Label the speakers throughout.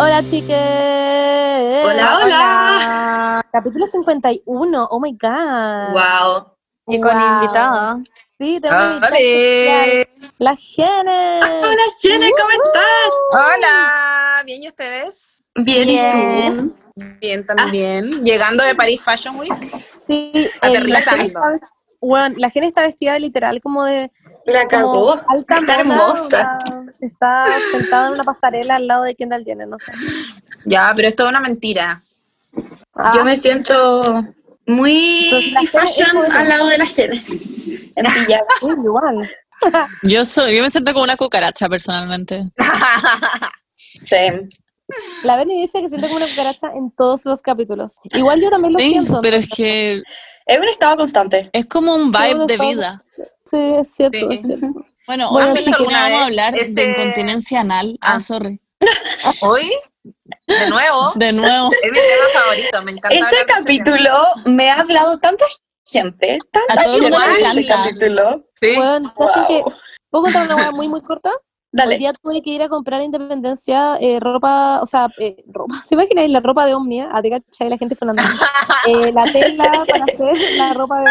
Speaker 1: Hola, chiques. Hola,
Speaker 2: hola.
Speaker 1: Capítulo 51. Oh my God.
Speaker 2: Wow.
Speaker 3: Y con
Speaker 1: Wow.
Speaker 3: invitada.
Speaker 1: Sí, tenemos
Speaker 4: Ah,
Speaker 1: invitada especial.
Speaker 4: ¡Ole!
Speaker 1: La Gene.
Speaker 2: Hola, Jenny, ¿cómo estás?
Speaker 4: Hola, bien y ustedes?
Speaker 2: Bien,
Speaker 1: Bien.
Speaker 2: ¿y tú?
Speaker 4: Bien también. Llegando de París Fashion Week.
Speaker 1: Sí, eh, la,
Speaker 4: Aterrizando.
Speaker 1: Gene está, bueno, la Gene está vestida literal como de como
Speaker 2: La cagó.
Speaker 1: alta
Speaker 2: Está
Speaker 1: moda,
Speaker 2: hermosa.
Speaker 1: una- Está sentada en una pasarela al lado de Kendall Jenner, no sé.
Speaker 4: Ya, pero es toda una mentira.
Speaker 1: Ah,
Speaker 2: Yo me siento muy
Speaker 1: Entonces, la Jenny es
Speaker 2: fashion
Speaker 1: joven.
Speaker 2: al lado de la Jenny. En pijama.
Speaker 1: sí, igual.
Speaker 3: Yo, soy, yo me siento como una cucaracha personalmente.
Speaker 2: Sí.
Speaker 1: La Benny dice que siente como una cucaracha en todos los capítulos. Igual yo también lo
Speaker 3: Sí,
Speaker 1: siento.
Speaker 3: pero es que
Speaker 2: Es un estado constante.
Speaker 3: es como un vibe
Speaker 1: Todos
Speaker 3: de
Speaker 1: vamos-
Speaker 3: vida.
Speaker 1: Sí, es cierto,
Speaker 4: Sí.
Speaker 1: es cierto.
Speaker 3: Bueno,
Speaker 1: Bueno,
Speaker 3: hoy en
Speaker 4: ¿visto
Speaker 3: la
Speaker 4: alguna
Speaker 3: vamos a
Speaker 4: vez
Speaker 3: hablar de
Speaker 4: ese-
Speaker 3: incontinencia anal. Ah,
Speaker 4: Ah.
Speaker 3: sorry.
Speaker 4: Hoy, de nuevo,
Speaker 3: De nuevo.
Speaker 4: es mi tema favorito. Me encanta.
Speaker 2: Ese
Speaker 4: hablar de ese tema.
Speaker 2: capítulo me ha hablado tanta gente. Tanta
Speaker 3: A todo el
Speaker 2: gente
Speaker 3: mundo le
Speaker 2: de ese
Speaker 3: encanta.
Speaker 2: capítulo.
Speaker 4: Sí.
Speaker 1: Bueno, ¿cachan que
Speaker 2: Wow.
Speaker 1: ¿Puedo contar una hueá muy, muy corta? Hoy
Speaker 2: Dale.
Speaker 1: día tuve que ir a comprar a Independencia eh, ropa, o sea, eh, ropa. ¿Se imagináis la ropa de Omnia? A te cachai, la gente esperando. Eh, la tela para hacer la ropa de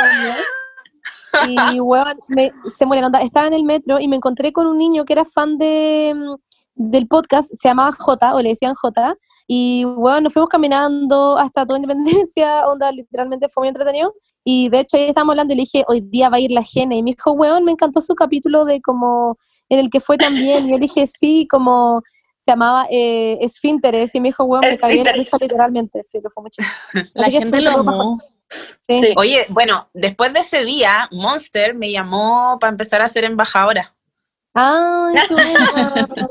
Speaker 1: Omnia. Y hueón, me- se mueren. Onda, estaba en el metro y me encontré con un niño que era fan de mm, del podcast, se llamaba J, o le decían J, y bueno, nos fuimos caminando hasta toda Independencia, onda, literalmente fue muy entretenido, y de hecho ahí estábamos hablando y le dije, hoy día va a ir la Gene, y me dijo, weón, me encantó su capítulo de como en el que fue también. Y yo le dije, sí, como se llamaba eh, Esfínteres. Y me dijo, weón, me cagué en la
Speaker 2: Esfínteres.
Speaker 1: risa literalmente. Sí, lo fue mucho.
Speaker 3: La
Speaker 1: Así que
Speaker 3: gente
Speaker 1: suerte,
Speaker 3: lo
Speaker 1: ropa.
Speaker 3: amó.
Speaker 1: Sí.
Speaker 2: Sí.
Speaker 4: Oye, bueno, después de ese día, Monster me llamó para empezar a ser embajadora.
Speaker 1: Ay, qué bueno.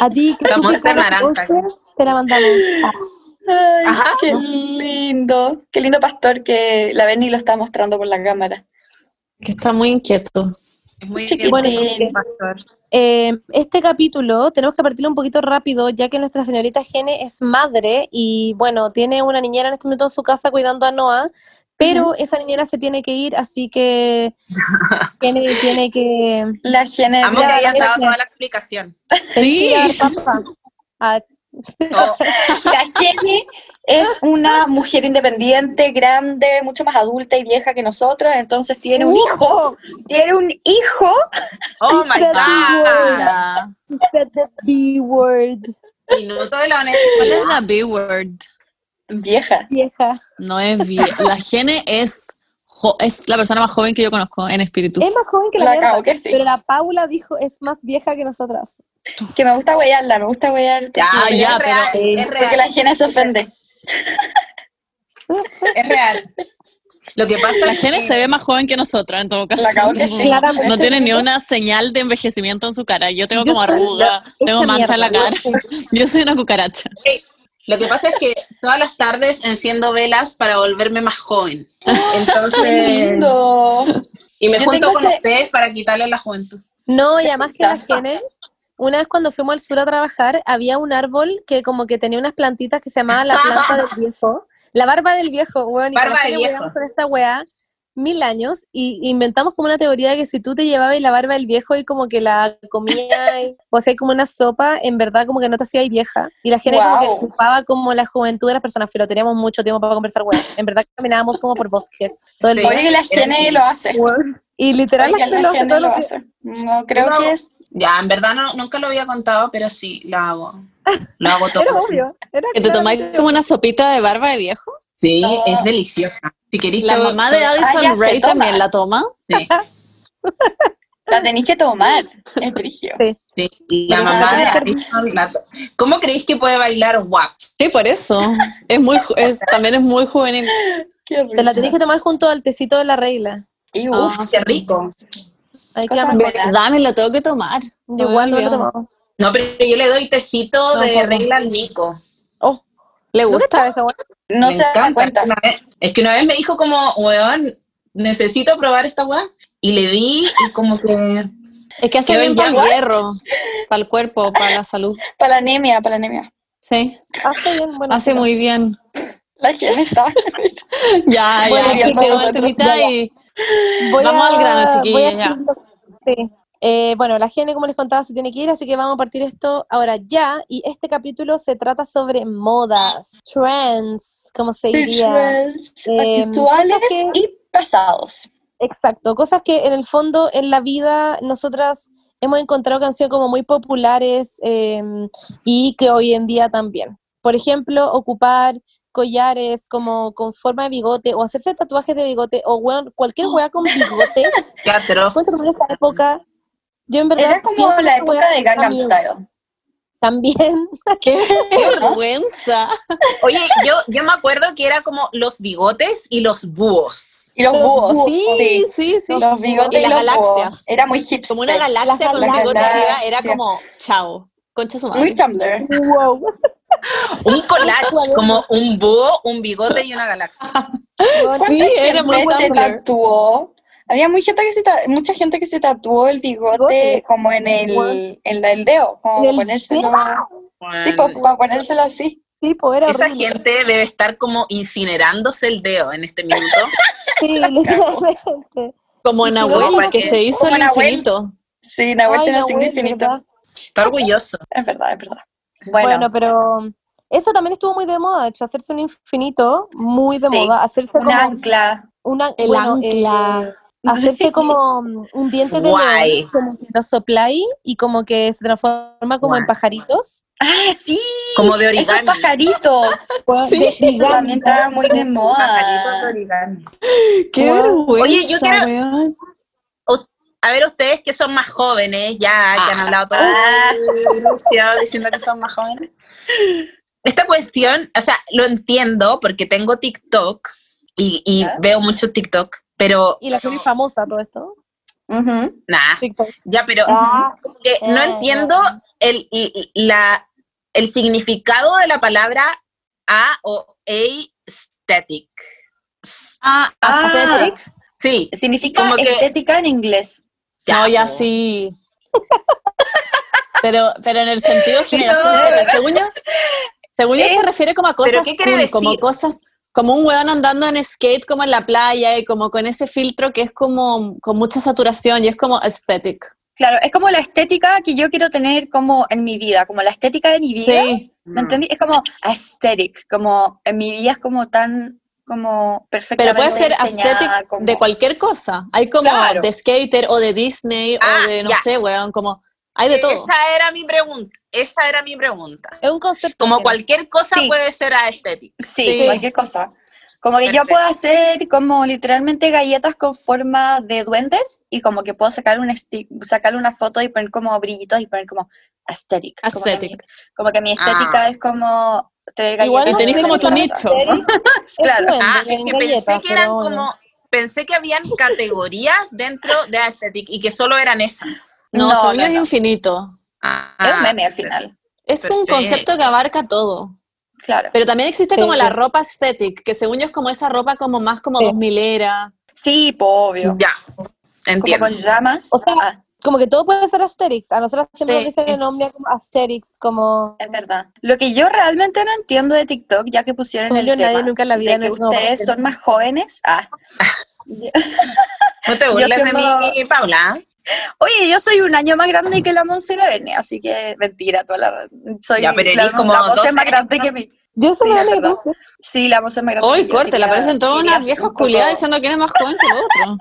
Speaker 1: A ti, que
Speaker 4: La
Speaker 1: tú
Speaker 4: Monster
Speaker 1: que comes
Speaker 4: naranja.
Speaker 1: dulce, te la mandamos. Ah,
Speaker 2: Ay,
Speaker 4: Ajá.
Speaker 2: qué lindo. Qué lindo pastor que la Benny lo está mostrando por la cámara.
Speaker 3: Que está muy inquieto.
Speaker 4: Es muy
Speaker 2: Chiquitín.
Speaker 1: Bueno,
Speaker 4: bien, pastor.
Speaker 1: eh, este capítulo tenemos que partirlo un poquito rápido, ya que nuestra señorita Gene es madre y, bueno, tiene una niñera en este momento en su casa cuidando a Noah, pero esa niñera se tiene que ir, así que tiene, tiene que
Speaker 2: La Jenny.
Speaker 4: Amo que
Speaker 1: Ya,
Speaker 4: hayas dado
Speaker 1: gracias.
Speaker 4: toda la explicación.
Speaker 1: Sí. Ah,
Speaker 4: Todo.
Speaker 2: La Jenny es una mujer independiente, grande, mucho más adulta y vieja que nosotros, entonces tiene
Speaker 1: Uh.
Speaker 2: un hijo, tiene un hijo.
Speaker 4: Oh my God.
Speaker 3: Hola.
Speaker 1: said the B word.
Speaker 4: Minuto de la
Speaker 3: ¿Cuál
Speaker 4: honestidad.
Speaker 3: es la B-word?
Speaker 2: Vieja.
Speaker 1: Vieja.
Speaker 3: No es bien. La Gene es, jo- es la persona más joven que yo conozco en espíritu.
Speaker 1: Es más joven que la,
Speaker 2: La
Speaker 1: mierda,
Speaker 2: cago que sí.
Speaker 1: Pero la Paula dijo es más vieja que nosotras.
Speaker 2: Que me gusta huearla, me gusta huear.
Speaker 4: Ya,
Speaker 3: Ah,
Speaker 4: ya,
Speaker 3: ya,
Speaker 4: es
Speaker 3: pero-
Speaker 4: real, es
Speaker 2: Porque la
Speaker 4: real,
Speaker 2: Jenny se ofende.
Speaker 4: es real. Lo que pasa
Speaker 3: La
Speaker 4: es que
Speaker 3: Gene se ve más joven que nosotras en todo caso.
Speaker 2: La cago que sí.
Speaker 1: Claramente.
Speaker 3: No tiene ni una señal de envejecimiento en su cara. Yo tengo
Speaker 1: Yo
Speaker 3: como
Speaker 1: soy
Speaker 3: arruga,
Speaker 1: hecha
Speaker 3: tengo mancha en la
Speaker 1: mierda.
Speaker 3: cara. Yo soy una cucaracha.
Speaker 4: lo que pasa es que todas las tardes enciendo velas para volverme más joven.
Speaker 2: Qué
Speaker 4: Entonces,
Speaker 2: lindo.
Speaker 4: y me
Speaker 2: Yo
Speaker 4: junto
Speaker 2: tengo
Speaker 4: con
Speaker 2: ese-
Speaker 4: ustedes para quitarle la juventud.
Speaker 1: No, y además que la Gene, una vez cuando fuimos al sur a trabajar, había un árbol que como que tenía unas plantitas que se llamaba la planta del viejo. La barba del viejo, weón. y con
Speaker 4: Barba
Speaker 1: la
Speaker 4: del
Speaker 1: Gene
Speaker 4: viejo.
Speaker 1: weamos con esta weá mil años y inventamos como una teoría de que si tú te llevabas la barba del viejo y como que la comías y- o sea, como una sopa, en verdad como que no te hacías vieja. Y la gente como que
Speaker 2: Guau.
Speaker 1: ocupaba como la juventud de las personas, pero teníamos mucho tiempo para conversar, weón. En verdad caminábamos como por bosques todo el
Speaker 4: Sí.
Speaker 1: día.
Speaker 2: Oye, que la Jenny lo hace.
Speaker 1: weón. Y literal la
Speaker 2: Oye,
Speaker 1: gente
Speaker 2: la
Speaker 1: lo hace
Speaker 2: Jenny
Speaker 1: todo lo
Speaker 2: lo
Speaker 1: que-
Speaker 2: hace. No, creo
Speaker 4: No.
Speaker 2: que es.
Speaker 4: Ya, en verdad no, nunca lo había contado, pero sí, lo hago. Lo hago todo.
Speaker 1: Era obvio. Era
Speaker 3: Que te tomáis
Speaker 1: claramente
Speaker 3: como una sopita de barba de viejo.
Speaker 4: Sí,
Speaker 2: No.
Speaker 4: es deliciosa. Si querís,
Speaker 3: La
Speaker 4: te-
Speaker 3: mamá de
Speaker 2: Ah, ya se
Speaker 3: Addison Ray
Speaker 2: toma.
Speaker 3: también la toma.
Speaker 4: Sí,
Speaker 2: La tenéis que tomar. Es brigio.
Speaker 4: sí, la
Speaker 2: Pero
Speaker 4: mamá
Speaker 2: no
Speaker 4: de
Speaker 2: puede ser-
Speaker 4: Addison la to- ¿Cómo creéis que puede bailar WAP?
Speaker 3: Sí, por eso. Es muy, ju- es- también es muy juvenil.
Speaker 2: Qué
Speaker 1: Te la
Speaker 2: risa.
Speaker 1: tenés que tomar junto al tecito de la regla.
Speaker 2: Y
Speaker 3: Ah,
Speaker 2: uf,
Speaker 4: Qué rico.
Speaker 1: Hay que
Speaker 2: Cosa
Speaker 1: amar.
Speaker 2: buena.
Speaker 3: Verdad, me lo tengo que tomar.
Speaker 1: Yo igual no lo he
Speaker 3: Obvio.
Speaker 1: tomado.
Speaker 4: No, pero yo le doy tecito
Speaker 1: No,
Speaker 4: de
Speaker 1: ¿cómo?
Speaker 4: regla al Nico.
Speaker 1: Oh,
Speaker 3: ¿Le
Speaker 1: ¿Nunca
Speaker 3: gusta?
Speaker 1: estaba esa weá?
Speaker 2: no
Speaker 4: Me
Speaker 2: se da
Speaker 4: encanta.
Speaker 2: cuenta.
Speaker 4: Una vez- es que una vez me dijo como, weón, necesito probar esta weá. Y le di y como que...
Speaker 3: Es que hace
Speaker 4: Quedó
Speaker 3: bien
Speaker 4: en
Speaker 3: para el
Speaker 4: llamas.
Speaker 3: hierro, para el cuerpo, para la salud.
Speaker 2: Para la anemia, para la anemia.
Speaker 3: Sí,
Speaker 1: Hace Ah, bien, bueno.
Speaker 3: hace
Speaker 1: pero-
Speaker 3: muy bien.
Speaker 2: La Jenny estaba.
Speaker 3: Ya,
Speaker 2: Bueno, ya,
Speaker 3: ya, expliquemos el
Speaker 2: nosotros,
Speaker 3: temita
Speaker 2: ya, ya.
Speaker 3: y
Speaker 1: Voy
Speaker 3: Vamos al grano,
Speaker 1: voy a
Speaker 3: chiquillas, ya.
Speaker 1: hacer- Sí. Eh, bueno, la gente, como les contaba, se tiene que ir, así que vamos a partir esto ahora ya. Y este capítulo se trata sobre modas, trends, como se diría.
Speaker 2: Rituals
Speaker 1: eh,
Speaker 3: Em,
Speaker 2: actuales
Speaker 1: cosas que-
Speaker 2: y pasados.
Speaker 1: Exacto, cosas que en el fondo en la vida nosotras hemos encontrado que han sido como muy populares eh, y que hoy en día también. Por ejemplo, ocupar collares como con forma de bigote o hacerse tatuajes de bigote o weón, cualquier weá con bigote.
Speaker 4: Qué atroz.
Speaker 1: Encuentro que en esa época, yo en verdad
Speaker 2: Era como
Speaker 1: pienso
Speaker 2: la
Speaker 1: que weá
Speaker 2: época de Gangnam
Speaker 1: también-
Speaker 2: Style.
Speaker 1: También,
Speaker 3: ¡Qué vergüenza!
Speaker 4: Oye, yo, yo me acuerdo que era como los bigotes y los búhos.
Speaker 2: Y los,
Speaker 1: Los
Speaker 2: búhos.
Speaker 3: Sí, sí, sí.
Speaker 2: Los bigotes
Speaker 3: Y
Speaker 2: y,
Speaker 3: las
Speaker 2: los búhos.
Speaker 3: galaxias.
Speaker 2: Era muy hipster.
Speaker 3: Como una
Speaker 1: Las
Speaker 3: galaxia con un
Speaker 1: galaxias.
Speaker 3: bigote arriba, era como, chao, concha su
Speaker 2: Muy
Speaker 3: madre.
Speaker 2: Tumblr.
Speaker 1: wow,
Speaker 4: Un collage, como un búho, un bigote y una galaxia.
Speaker 1: weón,
Speaker 3: Sí,
Speaker 2: ¿Cuánta
Speaker 3: era muy
Speaker 2: gente se
Speaker 3: Tumblr.
Speaker 2: tatuó? Había muy gente que se ta- mucha gente que se tatuó el bigote
Speaker 1: Bigotes.
Speaker 2: como en el, en la- el dedo, como
Speaker 1: ¿En el
Speaker 2: ponérselo, sí,
Speaker 4: Bueno,
Speaker 2: como para ponérselo así.
Speaker 1: tipo, era
Speaker 4: Esa
Speaker 1: horrible.
Speaker 4: gente debe estar como incinerándose el dedo en este minuto.
Speaker 1: Sí, literalmente.
Speaker 3: Como en Nahuel, que se hizo
Speaker 2: Como
Speaker 3: el
Speaker 2: Nahuel.
Speaker 3: infinito.
Speaker 2: Sí, Nahuel
Speaker 1: Ay,
Speaker 2: tiene
Speaker 1: la
Speaker 2: signo
Speaker 1: wea,
Speaker 2: infinito.
Speaker 1: ¿verdad?
Speaker 4: Está orgulloso.
Speaker 2: Es verdad, es verdad.
Speaker 1: Bueno, pero mm, eso también estuvo muy de moda, de hecho, hacerse un infinito, muy de
Speaker 2: Sí,
Speaker 1: moda, hacerse
Speaker 2: un
Speaker 1: como
Speaker 2: ancla.
Speaker 1: una,
Speaker 3: El
Speaker 1: bueno, eh,
Speaker 3: ancla.
Speaker 1: hacerse como mm, un diente de
Speaker 4: Guay.
Speaker 1: león, como que lo sopláis y como que se transforma como
Speaker 4: Guay.
Speaker 1: en pajaritos.
Speaker 2: Ah, sí.
Speaker 4: Como de
Speaker 2: Esos
Speaker 4: origami.
Speaker 2: pajaritos.
Speaker 1: Sí.
Speaker 2: De origami, También estaba muy de
Speaker 4: Pajaritos de
Speaker 2: moda.
Speaker 4: origami.
Speaker 3: ¡Qué
Speaker 1: Wow.
Speaker 3: vergüenza,
Speaker 4: Oye, yo quiero-
Speaker 3: weón.
Speaker 4: A ver, ustedes que son más jóvenes, ya que han hablado todo
Speaker 2: Ah.
Speaker 4: el enunciado diciendo que son más jóvenes. Esta cuestión, o sea, lo entiendo porque tengo TikTok y, y
Speaker 2: ¿Ya?
Speaker 4: veo mucho TikTok, pero
Speaker 1: Y la gente es famosa todo esto.
Speaker 2: Ujú.
Speaker 4: nada,
Speaker 1: TikTok.
Speaker 4: ya, pero
Speaker 1: Ah,
Speaker 4: como que no
Speaker 1: eh,
Speaker 4: entiendo el, y- y- la, el significado de la palabra A o aesthetic.
Speaker 3: Ah,
Speaker 2: Ah.
Speaker 3: aesthetic.
Speaker 4: Sí,
Speaker 2: Significa
Speaker 4: Como que-
Speaker 2: estética en inglés.
Speaker 3: No, ya sí. Pero, pero en el sentido general,
Speaker 4: No.
Speaker 3: sí, pero según yo, según yo se
Speaker 2: Es-
Speaker 3: refiere como a cosas
Speaker 4: ¿pero qué quiere
Speaker 3: cool, como
Speaker 4: decir?
Speaker 3: cosas, como un weón andando en skate como en la playa y como con ese filtro que es como con mucha saturación y es como aesthetic.
Speaker 2: Claro, es como la estética que yo quiero tener como en mi vida, como la estética de mi vida.
Speaker 3: Sí,
Speaker 4: Mm.
Speaker 2: ¿Me entendí? Es como aesthetic, como en mi vida es como tan como
Speaker 3: pero
Speaker 2: perfectamente
Speaker 3: puede ser
Speaker 2: diseñada,
Speaker 3: aesthetic
Speaker 2: como-
Speaker 3: de cualquier cosa. Hay como
Speaker 2: Claro.
Speaker 3: de skater o de Disney
Speaker 4: Ah,
Speaker 3: o de, no
Speaker 4: ya. Eh,
Speaker 3: sé, weón, como hay de todo.
Speaker 4: Esa era mi pregunta, esa era mi pregunta.
Speaker 1: Es un concepto.
Speaker 4: Como
Speaker 1: que-
Speaker 4: cualquier cosa
Speaker 2: Sí.
Speaker 4: puede ser aesthetic.
Speaker 2: Sí,
Speaker 3: Sí.
Speaker 2: cualquier cosa. Como que yo
Speaker 4: Perfecto.
Speaker 2: puedo hacer como literalmente galletas con forma de duendes y como que puedo sacar una, esti- sacar una foto y poner como brillitos y poner como aesthetic. Como que mi-
Speaker 3: Aesthetic.
Speaker 2: Como que mi, estética
Speaker 4: Ah.
Speaker 2: es como tener galletas.
Speaker 1: Igual
Speaker 3: Y
Speaker 1: no
Speaker 3: tenés
Speaker 1: sé
Speaker 3: como
Speaker 1: si
Speaker 3: tu
Speaker 1: la
Speaker 3: nicho.
Speaker 1: serie
Speaker 2: duendes, Claro.
Speaker 1: duende,
Speaker 4: Ah,
Speaker 1: en
Speaker 4: es que
Speaker 1: galletas,
Speaker 4: pensé que eran
Speaker 1: pero bueno.
Speaker 4: como, pensé que habían categorías dentro de aesthetic y que solo eran esas.
Speaker 3: No,
Speaker 2: No,
Speaker 3: según yo
Speaker 2: no,
Speaker 3: es
Speaker 2: no.
Speaker 3: infinito.
Speaker 4: Ah,
Speaker 2: Es un meme al final.
Speaker 3: Es un
Speaker 4: Perfecto.
Speaker 3: concepto que abarca todo.
Speaker 2: Claro.
Speaker 3: Pero también existe
Speaker 1: Sí,
Speaker 3: como la
Speaker 1: sí.
Speaker 3: ropa aesthetic, que según yo es como esa ropa como más como
Speaker 1: Sí.
Speaker 3: dos milera.
Speaker 2: Sí, po, obvio.
Speaker 4: Ya,
Speaker 2: Como
Speaker 4: entiendo.
Speaker 2: con llamas.
Speaker 1: O sea,
Speaker 2: Ah,
Speaker 1: como que todo puede ser Asterix. A nosotros siempre
Speaker 3: Sí.
Speaker 1: nos dicen el nombre como Asterix, como
Speaker 2: es verdad. Lo que yo realmente no entiendo de TikTok, ya que pusieron
Speaker 1: Según
Speaker 2: el
Speaker 1: yo, nadie
Speaker 2: tema
Speaker 1: nunca en la vida
Speaker 2: de
Speaker 1: no
Speaker 2: que
Speaker 1: es como-
Speaker 2: ustedes son más jóvenes. Ah.
Speaker 4: No te burles de
Speaker 2: siendo-
Speaker 4: mí, Paula.
Speaker 2: Oye, yo soy un año más grande que la Monse Verne, así que mentira, toda la soy
Speaker 4: Ya, pero
Speaker 2: la,
Speaker 4: eres como
Speaker 2: la Monse es
Speaker 4: 12
Speaker 2: más grande que mí.
Speaker 1: Yo se me
Speaker 2: Sí,
Speaker 1: da
Speaker 2: la verdad.
Speaker 1: nervioso.
Speaker 2: Sí, la Monse es más grande.
Speaker 3: Uy,
Speaker 2: que yo, así
Speaker 3: corte, la
Speaker 2: que
Speaker 3: parecen todas
Speaker 2: diría
Speaker 3: unas
Speaker 2: un
Speaker 3: viejas
Speaker 2: poco-
Speaker 3: culiadas diciendo quién es más joven que el otro.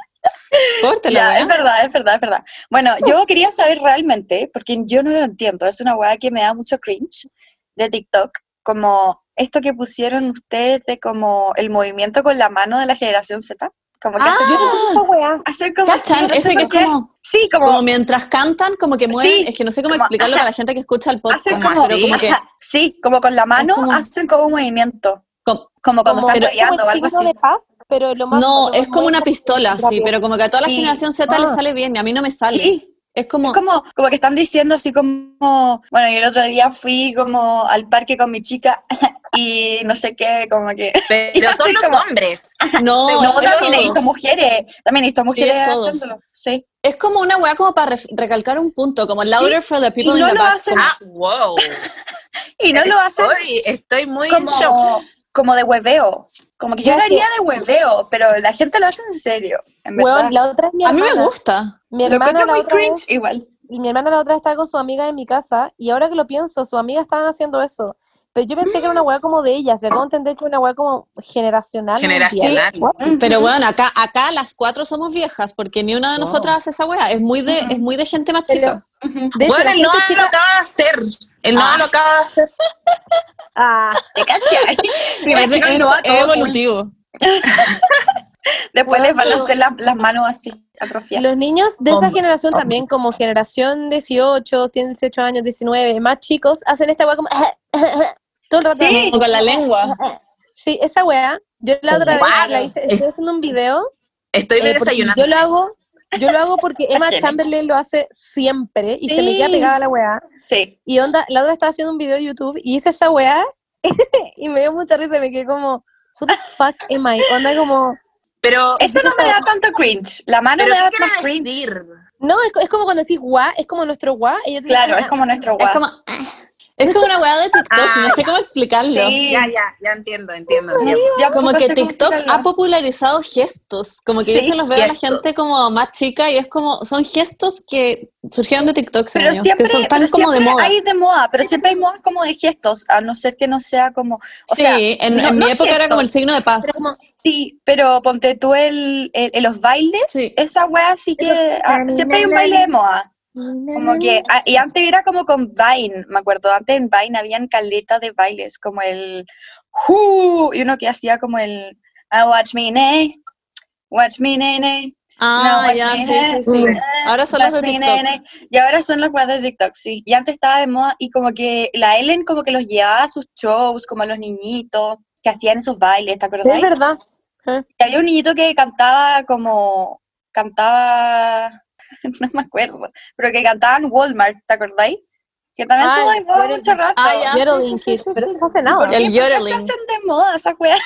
Speaker 3: Córtela,
Speaker 2: Ya,
Speaker 3: ¿eh? la
Speaker 2: es verdad, es verdad, es verdad. Bueno, yo quería saber realmente, porque yo no lo entiendo, es una weá que me da mucho cringe de TikTok, como esto que pusieron ustedes de como el movimiento con la mano de la generación Z, como que
Speaker 3: Ah,
Speaker 2: hacen,
Speaker 1: Esa weá.
Speaker 2: hacen como... así,
Speaker 3: ¿Cachan?
Speaker 2: no sé
Speaker 3: Ese que
Speaker 2: por
Speaker 3: es
Speaker 2: qué.
Speaker 3: como,
Speaker 2: Sí,
Speaker 3: como mientras cantan, como que mueven.
Speaker 2: Sí,
Speaker 3: es que no sé cómo
Speaker 2: como-
Speaker 3: explicarlo para la gente que escucha el podcast,
Speaker 2: Hacen
Speaker 4: como
Speaker 3: pero
Speaker 4: así.
Speaker 3: como que.
Speaker 2: Ajá, sí, como con la mano
Speaker 3: como-
Speaker 2: hacen como un movimiento.
Speaker 3: como-
Speaker 2: Como cuando
Speaker 1: Como-
Speaker 2: están
Speaker 1: es como
Speaker 2: peleando o
Speaker 1: el
Speaker 2: algo
Speaker 1: signo
Speaker 2: así.
Speaker 1: de paz, pero lo más
Speaker 3: no,
Speaker 1: lo
Speaker 3: es
Speaker 1: más
Speaker 3: como una
Speaker 1: bonito es
Speaker 3: pistola, sí,
Speaker 1: rápido.
Speaker 3: pero como que a toda la
Speaker 2: Sí.
Speaker 3: generación Z le
Speaker 1: Ah.
Speaker 3: sale bien y a mí no me sale.
Speaker 2: Sí,
Speaker 3: Es como.
Speaker 2: es como, como que están diciendo así como, bueno, y el otro día fui como al parque con mi chica y no sé qué, como que...
Speaker 4: Pero son
Speaker 2: Así
Speaker 4: los
Speaker 2: como-
Speaker 4: hombres.
Speaker 3: no,
Speaker 2: No,
Speaker 3: es
Speaker 2: también he
Speaker 3: todos.
Speaker 2: visto mujeres, también he visto mujeres
Speaker 3: es todos.
Speaker 2: haciéndolo. Sí.
Speaker 3: Es como una weá como para ref- recalcar un punto, como louder for the people
Speaker 2: Y no
Speaker 3: in the
Speaker 2: lo
Speaker 3: back.
Speaker 2: hacen.
Speaker 3: como-
Speaker 4: Ah, wow.
Speaker 2: Y no lo hacen
Speaker 4: Estoy, estoy muy en shock.
Speaker 2: como, como de hueveo. Como que yo
Speaker 1: Ya
Speaker 2: lo
Speaker 1: que-
Speaker 2: haría de hueveo, pero la gente lo hace en serio, en
Speaker 1: Weón,
Speaker 2: verdad.
Speaker 1: la otra es mi
Speaker 3: a mí me
Speaker 1: hermana.
Speaker 3: gusta.
Speaker 1: Mi
Speaker 2: Lo
Speaker 1: hermana,
Speaker 2: encuentro
Speaker 1: la
Speaker 2: muy
Speaker 1: otra
Speaker 2: cringe
Speaker 1: vez,
Speaker 2: igual.
Speaker 1: mi hermana la otra vez estaba con su amiga en mi casa y ahora que lo pienso, su amiga estaban haciendo eso. Pero yo pensé que era una weá como de ellas, se acabo de entender que era una weá como generacional. ¿no?
Speaker 4: Generacional.
Speaker 1: Sí, what?
Speaker 3: Pero bueno, acá, acá las cuatro somos viejas, porque ni una de
Speaker 1: Wow.
Speaker 3: nosotras hace esa weá. Es muy de,
Speaker 2: Ujú.
Speaker 3: es muy de gente más
Speaker 1: Pero-
Speaker 3: chica.
Speaker 2: Ujú.
Speaker 1: De hecho,
Speaker 4: bueno,
Speaker 1: la
Speaker 4: el Noah
Speaker 1: gente chica-
Speaker 4: lo acaba de hacer. El Noah
Speaker 3: Ah.
Speaker 4: lo acaba de hacer.
Speaker 1: Ah,
Speaker 2: ¿Te cachai? Me
Speaker 3: Es, de-
Speaker 2: imagino el
Speaker 3: es-
Speaker 2: Noah
Speaker 3: es
Speaker 2: todo
Speaker 3: evolutivo.
Speaker 2: cool. Después les van a hacer la- las manos así, atrofiadas.
Speaker 1: los niños de esa
Speaker 4: Hombre,
Speaker 1: generación
Speaker 4: hombre.
Speaker 1: también, como generación 18, tienen 18 años, 19, más chicos, hacen esta weá como... todo el rato.
Speaker 2: Sí.
Speaker 3: O con la lengua.
Speaker 1: Sí, esa weá, yo la otra vez
Speaker 4: Guau.
Speaker 1: la hice, estoy haciendo un video
Speaker 4: Estoy
Speaker 1: Eh, porque
Speaker 4: desayunando.
Speaker 1: Yo lo hago, yo lo hago porque Emma
Speaker 2: Tiene.
Speaker 1: Chamberlain lo hace siempre y se me
Speaker 3: Sí.
Speaker 1: queda pegada la weá.
Speaker 2: Sí.
Speaker 1: Y onda, la otra estaba haciendo un video de YouTube y hice esa weá y me dio mucha risa y me quedé como, who the fuck am I? Onda como,
Speaker 4: Pero,
Speaker 2: Eso no me da tanto cringe. La mano
Speaker 4: pero
Speaker 2: me da
Speaker 4: ¿qué
Speaker 2: más
Speaker 4: quiero
Speaker 2: cringe.
Speaker 4: decir?
Speaker 1: no, es, co- es como cuando decís guá, es como nuestro guá. y yo te digo,
Speaker 2: Claro,
Speaker 1: ah,
Speaker 2: es como nuestro
Speaker 3: Es
Speaker 2: guau.
Speaker 3: como, es como una weá de TikTok, no sé cómo explicarlo.
Speaker 2: Ah, Sí.
Speaker 4: Ya, ya, ya entiendo, entiendo. entiendo.
Speaker 2: Ya pues,
Speaker 3: Como
Speaker 2: poco
Speaker 3: que
Speaker 2: sé cómo
Speaker 3: TikTok
Speaker 2: explicarlo.
Speaker 3: ha popularizado gestos, como que
Speaker 2: Sí,
Speaker 3: yo se los veo a
Speaker 4: gestos.
Speaker 3: la gente como más chica y es como, son gestos que surgieron de TikTok,
Speaker 2: Pero
Speaker 3: según yo,
Speaker 2: siempre,
Speaker 3: que son tan
Speaker 2: pero
Speaker 3: como de
Speaker 2: siempre
Speaker 3: moda.
Speaker 2: hay de moda, pero siempre hay modas como de gestos, a no ser que no sea como, o
Speaker 3: sí,
Speaker 2: sea,
Speaker 3: en,
Speaker 2: no-
Speaker 3: en mi
Speaker 2: no
Speaker 3: época era como el
Speaker 2: gestos,
Speaker 3: signo de paz.
Speaker 1: pero como,
Speaker 2: sí, pero ponte tú el, el- en los bailes,
Speaker 3: Sí.
Speaker 2: esa wea sí que, ah, siempre hay un baile de moda, como que, ah, y antes era como con Vine, me acuerdo, antes en Vine habían caletas de bailes, como el, "Whoo", y uno que hacía como el, "Ah, watch me, nay, watch me, nay, nay,
Speaker 3: Ah,
Speaker 2: No,
Speaker 3: ya,
Speaker 2: sí,
Speaker 3: sí, sí, sí.
Speaker 2: eh,
Speaker 3: Ahora son los de
Speaker 2: Jasmine,
Speaker 3: TikTok.
Speaker 2: nene. Y ahora son los guas de TikTok, sí. Y antes estaba de moda y como que la Ellen como que los llevaba a sus shows, como a los niñitos que hacían esos bailes, ¿te acordás?
Speaker 1: es verdad.
Speaker 2: Y había un niñito que cantaba como, cantaba, no me acuerdo, pero que cantaban Walmart, ¿te acordáis? Que también
Speaker 1: Ay,
Speaker 2: estuvo de moda
Speaker 1: tú eres-
Speaker 2: mucho rato.
Speaker 3: Ah, ya, sí,
Speaker 1: Yodeling,
Speaker 3: sí, sí,
Speaker 1: sí,
Speaker 3: sí,
Speaker 1: pero
Speaker 3: sí.
Speaker 1: eso no hace nada.
Speaker 2: ¿Por qué?
Speaker 3: El
Speaker 2: ¿Por qué se
Speaker 3: yodeling.
Speaker 2: hacen de moda esas weas?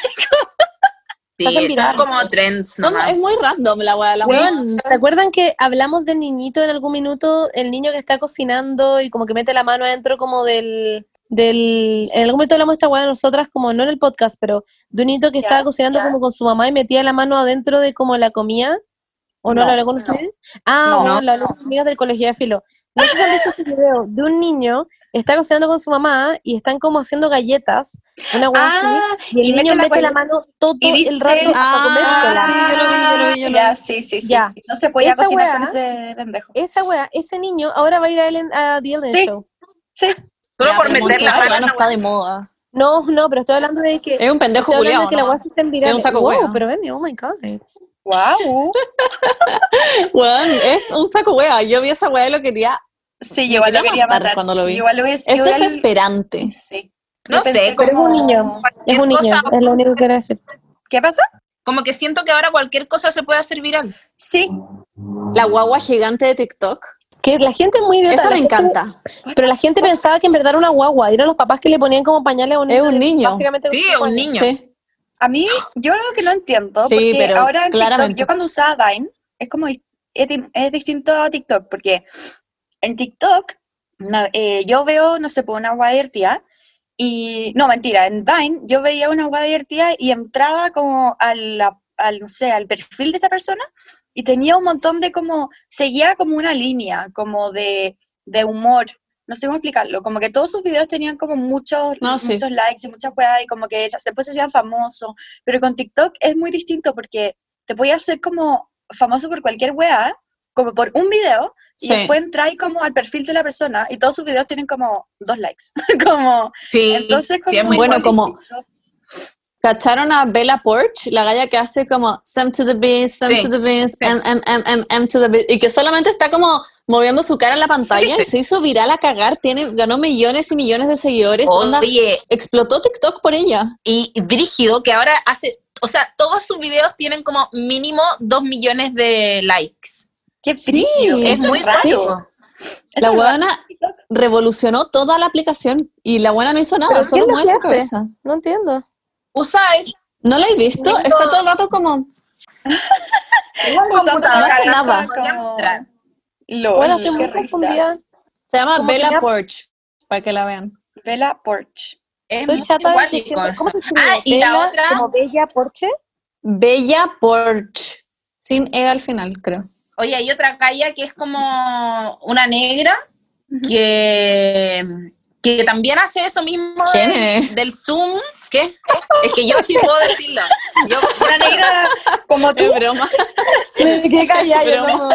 Speaker 4: Sí,
Speaker 1: Hacen
Speaker 4: son
Speaker 1: viral.
Speaker 4: como trends.
Speaker 3: Son-
Speaker 4: nomás.
Speaker 3: es muy random la weá, la weá.
Speaker 1: Weón, ¿Se acuerdan que hablamos del niñito en algún minuto? El niño que está cocinando y como que mete la mano adentro como del... del en algún momento hablamos de esta weá de nosotras, como no en el podcast, pero de un niño que
Speaker 2: Ya,
Speaker 1: estaba cocinando
Speaker 2: ya.
Speaker 1: como con su mamá y metía la mano adentro de como la comida. ¿O no,
Speaker 2: No,
Speaker 1: lo hablé con ustedes? Ah,
Speaker 2: No,
Speaker 1: bueno, lo hablé con amigas del colegio de filo. No sé si han visto este video de un niño está cocinando con su mamá y están como haciendo galletas, una weá así,
Speaker 2: Ah,
Speaker 1: y el
Speaker 2: y mete
Speaker 1: niño
Speaker 2: la
Speaker 1: mete la
Speaker 2: guay-
Speaker 1: mano todo
Speaker 2: y dice,
Speaker 1: el rato hasta comértela.
Speaker 3: Ah, sí, yo lo vi, yo lo vi, yo lo
Speaker 2: ya,
Speaker 3: vi.
Speaker 2: sí, sí, sí.
Speaker 1: Ya.
Speaker 2: No se podía
Speaker 1: Esa
Speaker 2: cocinar con
Speaker 1: wea-
Speaker 2: ese pendejo.
Speaker 1: esa wea, ese niño ahora va a ir a, Ellen, a The Ellen
Speaker 2: Sí.
Speaker 1: Show.
Speaker 4: Solo por
Speaker 3: Ya, pero
Speaker 4: meter
Speaker 3: Monse,
Speaker 4: la
Speaker 3: esa weá
Speaker 4: mano.
Speaker 3: no está de moda.
Speaker 1: No, no, pero estoy hablando de que.
Speaker 3: Es un pendejo
Speaker 1: Estoy hablando de
Speaker 3: culiao,
Speaker 1: que la wea
Speaker 3: ¿no?
Speaker 1: se está en viral.
Speaker 3: Es un saco
Speaker 1: wow,
Speaker 3: wea.
Speaker 1: pero ven, oh my god.
Speaker 2: ¡Guau!
Speaker 3: Weón, es un saco wea. Yo vi esa weá y lo quería.
Speaker 2: Sí, yo igual lo
Speaker 3: quería
Speaker 2: quería
Speaker 3: matar
Speaker 2: matar.
Speaker 3: cuando lo vi.
Speaker 2: Yo
Speaker 3: Este
Speaker 2: Igual lo hubiese-
Speaker 3: Es
Speaker 2: yo igual-
Speaker 3: desesperante.
Speaker 2: Sí.
Speaker 4: No
Speaker 2: Yo
Speaker 4: sé,
Speaker 2: pensé
Speaker 4: pero
Speaker 1: es un niño. Es un niño,
Speaker 4: Cosa-
Speaker 1: es lo único que quiero decir.
Speaker 2: ¿Qué pasa?
Speaker 4: Como que siento que ahora cualquier cosa se puede hacer viral.
Speaker 2: Sí.
Speaker 3: La guagua gigante de TikTok.
Speaker 1: Que la gente es muy idiota.
Speaker 3: Esa
Speaker 1: la
Speaker 3: me
Speaker 1: gente-
Speaker 3: encanta.
Speaker 1: Pero la gente pensaba que en verdad era una guagua. Eran los papás que le ponían como pañales a un
Speaker 3: Es
Speaker 1: niño. de-
Speaker 3: un niño.
Speaker 1: Básicamente
Speaker 4: Sí,
Speaker 1: cinco
Speaker 4: un
Speaker 1: años.
Speaker 4: niño.
Speaker 3: Sí.
Speaker 2: A mí, yo lo que no entiendo,
Speaker 3: Sí,
Speaker 2: porque
Speaker 3: pero
Speaker 2: ahora en TikTok,
Speaker 3: claramente.
Speaker 2: yo cuando usaba Vine, es como, dis- es, di- es distinto a TikTok, porque en TikTok, na- eh, yo veo, no sé, por una guay divertida, y, no, mentira, en Vine, yo veía una guay divertida y entraba como a la- al, no sé, al perfil de esta persona, y tenía un montón de como, seguía como una línea, como de, de humor, no sé cómo explicarlo, como que todos sus videos tenían como muchos,
Speaker 3: No, sí.
Speaker 2: muchos likes y muchas weas, y como que después se hacían famosos, pero con TikTok es muy distinto porque te podías hacer como famoso por cualquier weá, como por un video, y
Speaker 3: Sí.
Speaker 2: después entráis como al perfil de la persona y todos sus videos tienen como dos likes. como,
Speaker 4: Sí,
Speaker 2: entonces, como
Speaker 4: sí, es muy
Speaker 3: Bueno,
Speaker 4: bonito.
Speaker 3: como- ¿Cacharon a Bella Porch? La galla que hace como Sam to the beans, Sam
Speaker 4: Sí.
Speaker 3: to the beans, M, M, M, M, M to the beans. Y que solamente está como moviendo su cara en la pantalla
Speaker 4: Sí.
Speaker 3: y se hizo viral a cagar. Tiene, ganó millones y millones de seguidores.
Speaker 4: Oh,
Speaker 3: Onda,
Speaker 4: Oye,
Speaker 3: explotó TikTok por ella.
Speaker 4: y Brígido, que ahora hace. O sea, todos sus videos tienen como mínimo dos millones de likes.
Speaker 2: Qué
Speaker 3: Sí,
Speaker 2: frío,
Speaker 3: es
Speaker 4: Es
Speaker 2: eso
Speaker 4: muy
Speaker 2: raro.
Speaker 4: raro.
Speaker 2: eso
Speaker 3: la
Speaker 2: es raro.
Speaker 3: buena revolucionó toda la aplicación y la buena no hizo nada,
Speaker 1: ¿Pero
Speaker 3: solo
Speaker 1: quién lo
Speaker 3: mueve su
Speaker 1: que hace?
Speaker 3: cabeza.
Speaker 1: No entiendo.
Speaker 4: Usa es
Speaker 3: ¿No la he visto?
Speaker 4: No.
Speaker 3: Está todo el rato como...
Speaker 2: Usando
Speaker 3: computadora
Speaker 2: la
Speaker 3: hace
Speaker 2: cabeza
Speaker 3: nada.
Speaker 2: como- Lol,
Speaker 1: Bueno, estoy
Speaker 2: qué
Speaker 1: muy
Speaker 2: risa.
Speaker 1: confundida.
Speaker 3: Se llama
Speaker 1: Como que
Speaker 3: Bella
Speaker 1: me ha-
Speaker 3: Porch, para que la vean.
Speaker 2: Bella Porch.
Speaker 4: es
Speaker 1: Estoy
Speaker 4: muy
Speaker 1: chata de que
Speaker 4: guático
Speaker 1: siempre-
Speaker 4: eso.
Speaker 1: ¿Cómo se escribe?
Speaker 4: Ah, y la
Speaker 1: Bella,
Speaker 4: otra.
Speaker 1: Como Bella Porche.
Speaker 3: Bella Porch, sin E al final, creo.
Speaker 4: Oye, hay otra calle que es como una negra que, que también hace eso mismo
Speaker 3: ¿Quién
Speaker 4: del-
Speaker 3: es?
Speaker 4: del Zoom. ¿Qué? Es que yo sí puedo decirlo. Yo,
Speaker 2: Una negra como tú.
Speaker 3: Es broma.
Speaker 1: Me quedé callada, yo
Speaker 3: Pero-
Speaker 1: como,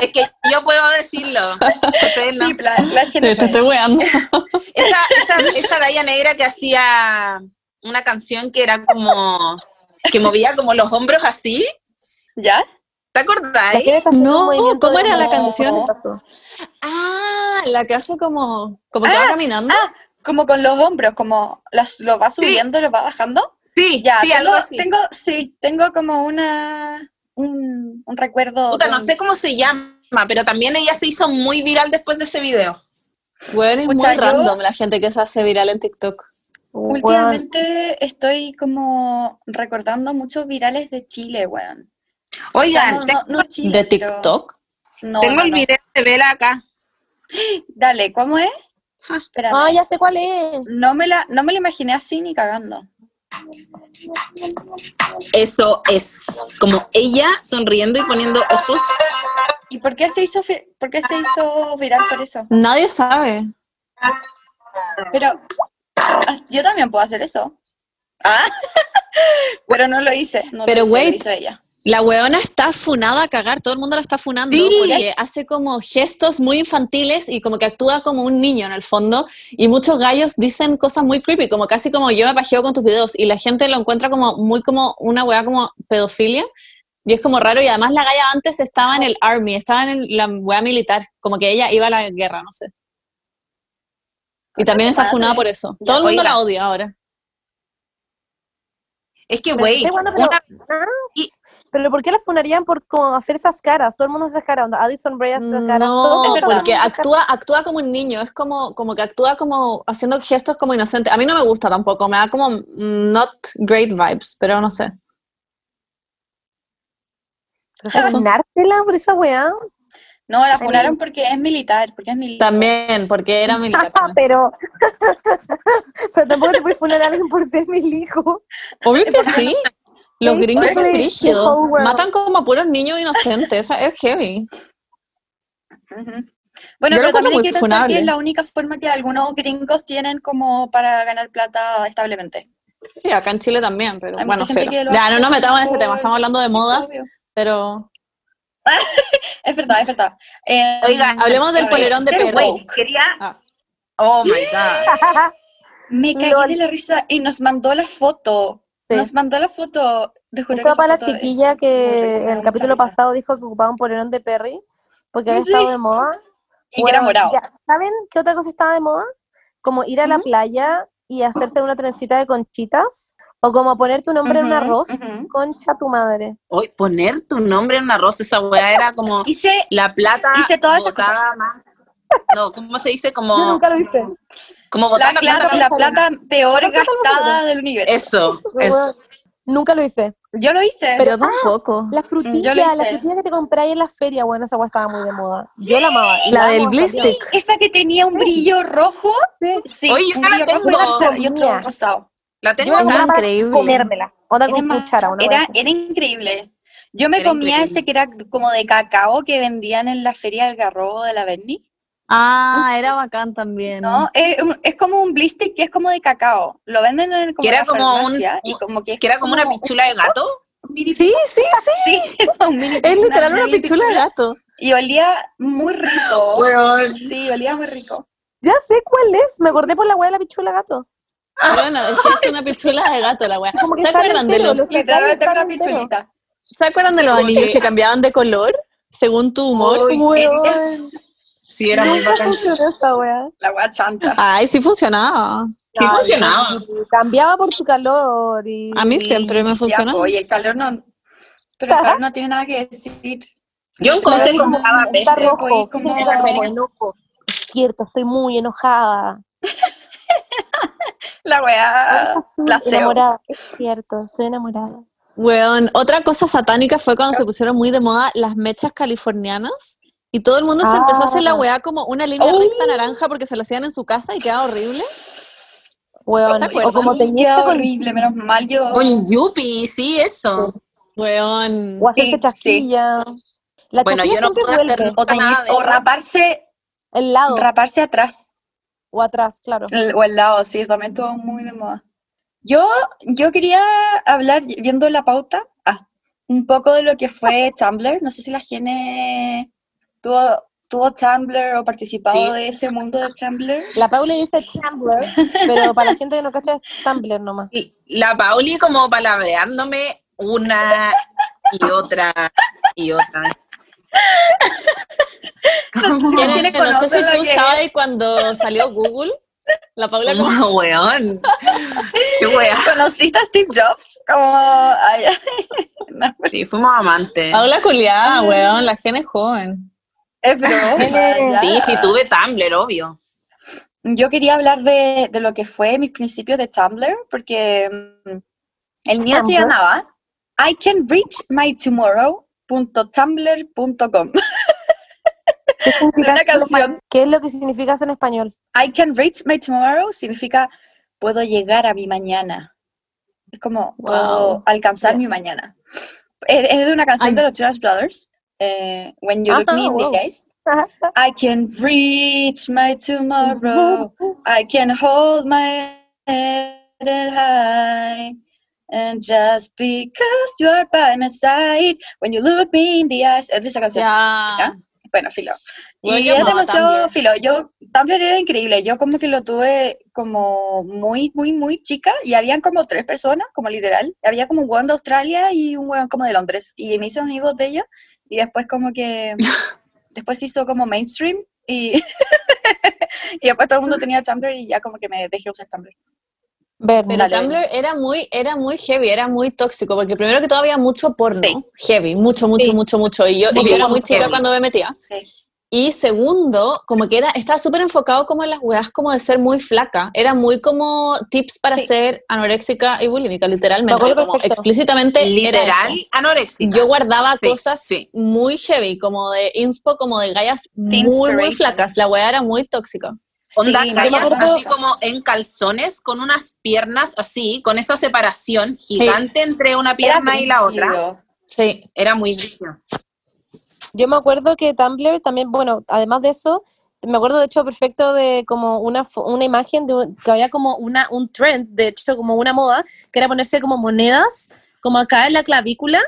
Speaker 4: es que yo puedo decirlo. Ustedes no.
Speaker 2: Sí, la, la gente.
Speaker 3: Te te estoy weando.
Speaker 4: Esa, esa, esa Daya Negra que hacía una canción que era como. que movía como los hombros así.
Speaker 2: ¿Ya?
Speaker 4: ¿Te
Speaker 1: la
Speaker 4: acordáis?
Speaker 1: Kira también
Speaker 3: No,
Speaker 1: un movimiento
Speaker 3: ¿cómo
Speaker 1: de
Speaker 3: era la
Speaker 1: como-
Speaker 3: canción? Ah, la que hace como, como que
Speaker 2: Ah,
Speaker 3: va caminando.
Speaker 2: ah, Como con los hombros, como las, lo va subiendo, lo va bajando.
Speaker 4: Sí,
Speaker 2: Ya,
Speaker 4: sí,
Speaker 2: tengo,
Speaker 4: algo así.
Speaker 2: tengo, sí, tengo como una, un, un recuerdo.
Speaker 4: Puta,
Speaker 2: de
Speaker 4: no
Speaker 2: un-
Speaker 4: sé cómo se llama, pero también ella se hizo muy viral después de ese video.
Speaker 3: Bueno, es
Speaker 2: Pucha,
Speaker 3: muy
Speaker 2: yo-
Speaker 3: random la gente que se hace viral en TikTok.
Speaker 1: Weón,
Speaker 2: Últimamente estoy como recordando muchos virales de Chile, weón. O sea,
Speaker 4: Oigan,
Speaker 2: no, no- no Chile,
Speaker 3: ¿De
Speaker 2: pero-
Speaker 3: TikTok?
Speaker 2: no,
Speaker 4: tengo
Speaker 2: no,
Speaker 4: el
Speaker 2: no.
Speaker 4: video de Vela acá.
Speaker 2: Dale, ¿cómo es? Espérame.
Speaker 1: Ah, ya sé cuál es.
Speaker 2: No me la, no me la imaginé así ni cagando.
Speaker 4: Eso es como ella sonriendo y poniendo ojos.
Speaker 2: ¿Y por qué se hizo, fi- por qué se hizo viral por eso?
Speaker 3: Nadie sabe.
Speaker 2: Pero ah, yo también puedo hacer eso. Ah, pero no lo hice. no lo
Speaker 3: Pero
Speaker 2: hice, lo
Speaker 3: wait.
Speaker 2: hizo ella.
Speaker 3: La weona está funada a cagar, todo el mundo la está funando
Speaker 4: Sí.
Speaker 3: porque hace como gestos muy infantiles y como que actúa como un niño en el fondo y muchos gallos dicen cosas muy creepy, como casi como yo me pajeo con tus videos y la gente lo encuentra como muy como una weá como pedofilia y es como raro y además la galla antes estaba en el army, estaba en el- la weá militar, como que ella iba a la guerra, no sé. Y también está
Speaker 2: Madre.
Speaker 3: funada por eso.
Speaker 2: Ya,
Speaker 3: Todo el mundo
Speaker 4: oiga.
Speaker 3: la odia ahora.
Speaker 4: Es que, güey,
Speaker 1: Qué bueno, pero,
Speaker 4: una-
Speaker 1: ah,
Speaker 4: y-
Speaker 1: pero ¿por qué la funarían por como hacer esas caras? Todo el mundo hace esas caras. onda, Addison Bray hace esas caras.
Speaker 3: No,
Speaker 1: todos
Speaker 2: es verdad.
Speaker 3: porque
Speaker 1: hacen esas
Speaker 3: actúa, actúa como un niño, es como, como que actúa como haciendo gestos como inocente. A mí no me gusta tampoco, me da como mm, not great vibes, pero no sé.
Speaker 1: caras. Pero funártela por esa weá.
Speaker 2: No, la funaron porque es militar, porque es militar.
Speaker 3: También, porque era militar. también.
Speaker 1: pero... pero tampoco te puedes funar a alguien por ser mi hijo.
Speaker 3: Obvio que sí. Los gringos son
Speaker 1: Sí, the
Speaker 3: rígidos.
Speaker 1: whole world.
Speaker 3: Matan como a puros niños inocentes. Eso es heavy.
Speaker 2: Ujú. Bueno,
Speaker 3: Yo
Speaker 2: pero
Speaker 3: lo encuentro
Speaker 2: también hay
Speaker 3: muy
Speaker 2: que pensar que
Speaker 3: funable.
Speaker 2: es la única forma que algunos gringos tienen como para ganar plata establemente.
Speaker 3: Sí, acá en Chile también, pero
Speaker 2: Hay mucha
Speaker 3: bueno,
Speaker 2: gente
Speaker 3: filo.
Speaker 2: que lo
Speaker 3: Ya,
Speaker 2: hace
Speaker 3: no nos metamos en ese
Speaker 2: por-
Speaker 3: tema. Estamos hablando de
Speaker 2: Sí,
Speaker 3: modas,
Speaker 2: obvio.
Speaker 3: pero
Speaker 2: Es verdad, es verdad. Eh,
Speaker 4: Oigan,
Speaker 3: hablemos del
Speaker 2: a ver,
Speaker 3: polerón de
Speaker 2: ser
Speaker 3: Pedro.
Speaker 2: woke.
Speaker 4: quería.
Speaker 3: Ah.
Speaker 4: Oh my god.
Speaker 2: Me caí
Speaker 1: Lol.
Speaker 2: de la risa y nos mandó la foto.
Speaker 1: Sí.
Speaker 2: Nos mandó la foto. Te juro que
Speaker 1: Esto
Speaker 2: esa
Speaker 1: para la
Speaker 2: foto es-
Speaker 1: chiquilla
Speaker 2: muy
Speaker 1: que
Speaker 2: rica,
Speaker 1: en
Speaker 2: me da
Speaker 1: el
Speaker 2: mucha
Speaker 1: capítulo
Speaker 2: risa.
Speaker 1: pasado dijo que ocupaba un polerón de Perry porque había
Speaker 2: Sí.
Speaker 1: estado de moda.
Speaker 2: Y que era
Speaker 1: Weón,
Speaker 2: morado.
Speaker 1: ya, ¿Saben qué otra cosa estaba de moda? Como ir a la
Speaker 2: Ujú.
Speaker 1: playa y hacerse una trencita de conchitas o como ponerte un nombre en un
Speaker 2: Ujú,
Speaker 1: arroz,
Speaker 2: ujú.
Speaker 1: concha tu madre.
Speaker 4: Hoy poner tu nombre en un arroz, esa weá era como
Speaker 2: Hice,
Speaker 4: la plata
Speaker 2: Hice todas esas
Speaker 4: botada
Speaker 2: cosas.
Speaker 4: más. No, ¿cómo se dice?
Speaker 1: Yo
Speaker 2: Oh.
Speaker 4: Como,
Speaker 1: nunca lo hice.
Speaker 4: como
Speaker 2: la,
Speaker 4: botar la, plata.
Speaker 2: plata, la plata peor
Speaker 1: Pero plata no
Speaker 2: gastada
Speaker 1: importa.
Speaker 2: del universo.
Speaker 4: Eso,
Speaker 1: Weón,
Speaker 4: eso.
Speaker 1: Nunca lo hice.
Speaker 2: Yo lo hice.
Speaker 3: Pero tampoco.
Speaker 1: La frutilla, la
Speaker 2: hice.
Speaker 1: frutilla que te compráis en la feria, bueno, esa agua estaba muy de moda. Yo la amaba. y
Speaker 3: La
Speaker 1: amo
Speaker 3: del
Speaker 1: hasta
Speaker 3: bliss
Speaker 1: Dios.
Speaker 3: stick.
Speaker 2: Esa que tenía un brillo rojo.
Speaker 1: Sí.
Speaker 2: Sí,
Speaker 4: Oye, yo
Speaker 2: un
Speaker 4: la
Speaker 2: brillo rojo
Speaker 4: tengo.
Speaker 2: y rosa- y otro
Speaker 1: Mía.
Speaker 2: rosado.
Speaker 4: La
Speaker 1: Yo
Speaker 4: tengo
Speaker 1: la
Speaker 4: acá.
Speaker 1: compraba para
Speaker 3: increíble.
Speaker 1: comérmela. Onda
Speaker 2: Era,
Speaker 1: con
Speaker 2: más-
Speaker 1: cuchara, una
Speaker 2: era,
Speaker 1: weá así.
Speaker 2: era increíble. Yo me
Speaker 4: Era
Speaker 2: comía
Speaker 4: increíble.
Speaker 2: ese que era como de cacao que vendían en la feria del garrobo de la Berni.
Speaker 3: Ah, era bacán también.
Speaker 2: No, es, un- es como un blister que es como de cacao. Lo venden en como
Speaker 4: Que era
Speaker 2: la
Speaker 4: como un-
Speaker 2: farmacia y
Speaker 4: un-
Speaker 2: como que es
Speaker 4: Que era como una pichula de gato.
Speaker 2: un mini-
Speaker 3: Sí, sí, sí.
Speaker 2: sí, un mini
Speaker 3: Es
Speaker 2: una
Speaker 3: literal una
Speaker 2: mini
Speaker 3: pichula de gato.
Speaker 2: Y olía muy rico. Sí, olía muy rico.
Speaker 1: Ya sé cuál es. Me acordé por la weá de la pichula gato.
Speaker 3: Bueno, es que es una pichula de gato la weá.
Speaker 1: Como que
Speaker 3: ¿Se
Speaker 1: sale
Speaker 3: acuerdan de
Speaker 1: entero,
Speaker 3: los,
Speaker 1: los- Pues acá
Speaker 2: Literalmente
Speaker 1: está
Speaker 2: una
Speaker 1: entero.
Speaker 2: pichulita.
Speaker 3: ¿se acuerdan de los
Speaker 4: como
Speaker 3: anillos
Speaker 4: que-
Speaker 3: que cambiaban de color según tu humor?
Speaker 4: Uy,
Speaker 1: Weón,
Speaker 4: Sí, era muy bacán.
Speaker 1: funcionó esa weá.
Speaker 2: La guachanta.
Speaker 3: Ay, sí funcionaba.
Speaker 4: Sí funcionaba.
Speaker 1: Y Cambiaba por tu calor y...
Speaker 3: A mí siempre me funcionaba.
Speaker 2: Oye, el calor no. Pero el calor no tiene nada que decir.
Speaker 4: Yo
Speaker 2: Pero
Speaker 4: en Conce
Speaker 2: es como-
Speaker 4: compraba
Speaker 2: está
Speaker 1: Está
Speaker 4: peces.
Speaker 2: rojo,
Speaker 1: rojo,
Speaker 2: como-
Speaker 1: como enojo. Es cierto, estoy muy enojada.
Speaker 2: La weá. La
Speaker 1: Estoy
Speaker 2: SEO.
Speaker 1: enamorada. Es cierto, estoy enamorada.
Speaker 3: Weón, otra cosa satánica fue cuando se pusieron muy de moda las mechas californianas y todo el mundo se empezó a hacer la
Speaker 1: Ah.
Speaker 3: weá como una línea
Speaker 2: Oh.
Speaker 3: recta naranja porque se la hacían en su casa y quedaba horrible.
Speaker 1: Weón,
Speaker 3: ¿Te
Speaker 1: o
Speaker 3: acuerdas?
Speaker 1: como
Speaker 2: te
Speaker 1: teñirte con...
Speaker 2: horrible, menos mal yo.
Speaker 4: Con Yupi, sí, eso.
Speaker 3: Weón.
Speaker 1: O hacerse
Speaker 2: Sí, sí.
Speaker 1: chasquilla. La
Speaker 4: Bueno,
Speaker 1: tetilla
Speaker 4: yo no
Speaker 1: siempre
Speaker 4: puedo hacer
Speaker 1: vuelve,
Speaker 4: nada
Speaker 2: O, teñir-
Speaker 4: de
Speaker 2: o
Speaker 4: eso.
Speaker 2: raparse,
Speaker 1: El lado
Speaker 2: raparse atrás
Speaker 1: o atrás, claro.
Speaker 2: el- o el lado, sí, eso también estuvo muy de moda. Yo, yo quería hablar, viendo la pauta, ah, un poco de lo que fue Tumblr. No sé si la gente tuvo, tuvo Tumblr o participado
Speaker 4: Sí.
Speaker 2: de ese mundo de Tumblr.
Speaker 1: La Paula dice Tumblr, pero para la gente que no cacha es Tumblr nomás.
Speaker 4: Y La Pauli como palabreándome una y otra y otra.
Speaker 2: ¿Quién
Speaker 3: Miren,
Speaker 2: tiene
Speaker 3: no sé
Speaker 2: conoce
Speaker 3: si
Speaker 2: lo
Speaker 3: tú
Speaker 2: que
Speaker 3: estabas ahí cuando salió Google. La Paula como,
Speaker 4: Como weón. Qué wea.
Speaker 2: ¿Conociste a Steve Jobs? Como, ay, no,
Speaker 4: Sí, fuimos amantes.
Speaker 3: Paula culiada, weón, la gente es joven.
Speaker 2: es broma,
Speaker 4: Eh, Sí,
Speaker 2: ya.
Speaker 4: sí, tuve Tumblr, obvio.
Speaker 2: Yo quería hablar de, de lo que fue mis principios de Tumblr, porque mm, el mío se
Speaker 1: Tumblr.
Speaker 2: llamaba I can reach my tomorrow.tumblr.com.
Speaker 1: ¿Qué, significa
Speaker 2: Una
Speaker 1: eso?
Speaker 2: canción.
Speaker 1: ¿Qué es lo que significa eso en español?
Speaker 2: I can reach my tomorrow significa puedo llegar a mi mañana. Es como puedo
Speaker 3: Wow.
Speaker 2: alcanzar mi mañana. Es, es de una canción
Speaker 3: Ay.
Speaker 2: de los Jonas Brothers. eh, When you
Speaker 1: Ah,
Speaker 2: look me in
Speaker 1: wow.
Speaker 2: the eyes. I can reach my tomorrow. I can hold my head high. And just because you are by my side, when you look me in the eyes, es de esa canción.
Speaker 3: Ya.
Speaker 2: Bueno, filo.
Speaker 3: Yo
Speaker 2: Y
Speaker 3: lo
Speaker 2: es
Speaker 3: amaba
Speaker 2: demasiado
Speaker 3: Tumblr.
Speaker 2: filo. Yo, Tumblr era increíble. Yo como que lo tuve como muy, muy, muy chica y habían como tres personas, como literal. Había como un weón de Australia y un weón como de Londres. Y me hice amigos de ellos y después como que... después se hizo como mainstream y... y después todo el mundo tenía Tumblr y ya como que me dejé usar Tumblr.
Speaker 1: Bernie.
Speaker 3: Pero
Speaker 2: Dale.
Speaker 3: Tumblr era muy, era muy heavy, era muy tóxico, porque primero que todo había mucho porno,
Speaker 2: Sí.
Speaker 3: heavy, mucho, mucho,
Speaker 1: Sí.
Speaker 3: mucho, mucho. Y yo,
Speaker 4: Sí,
Speaker 3: y yo era muy
Speaker 4: mucho.
Speaker 3: chica cuando me metía.
Speaker 2: Sí.
Speaker 3: Y segundo, como que era, estaba súper enfocado como en las weas como de ser muy flaca. Era muy como tips para
Speaker 2: Sí.
Speaker 3: ser anoréxica y bulímica, literalmente.
Speaker 1: Me acuerdo
Speaker 3: como
Speaker 1: perfecto.
Speaker 3: explícitamente era
Speaker 4: Literal
Speaker 3: eso.
Speaker 4: anorexia.
Speaker 3: Yo guardaba
Speaker 4: Sí,
Speaker 3: cosas
Speaker 4: sí.
Speaker 3: muy heavy, como de inspo, como de gallas muy, muy
Speaker 2: Inspiration.
Speaker 3: flacas. La wea era muy tóxica.
Speaker 4: Onda
Speaker 2: Sí,
Speaker 4: callas
Speaker 2: no,
Speaker 4: así como en calzones, con unas piernas así, con esa separación gigante entre una
Speaker 2: era
Speaker 4: pierna y la otra.
Speaker 2: brígido.
Speaker 3: Sí.
Speaker 4: Era muy difícil.
Speaker 1: Yo me acuerdo que Tumblr también, bueno, además de eso, me acuerdo de hecho perfecto de como una, fo- una imagen de un- que había como una, un trend, de hecho como una moda, que era ponerse como monedas, como acá en la clavícula,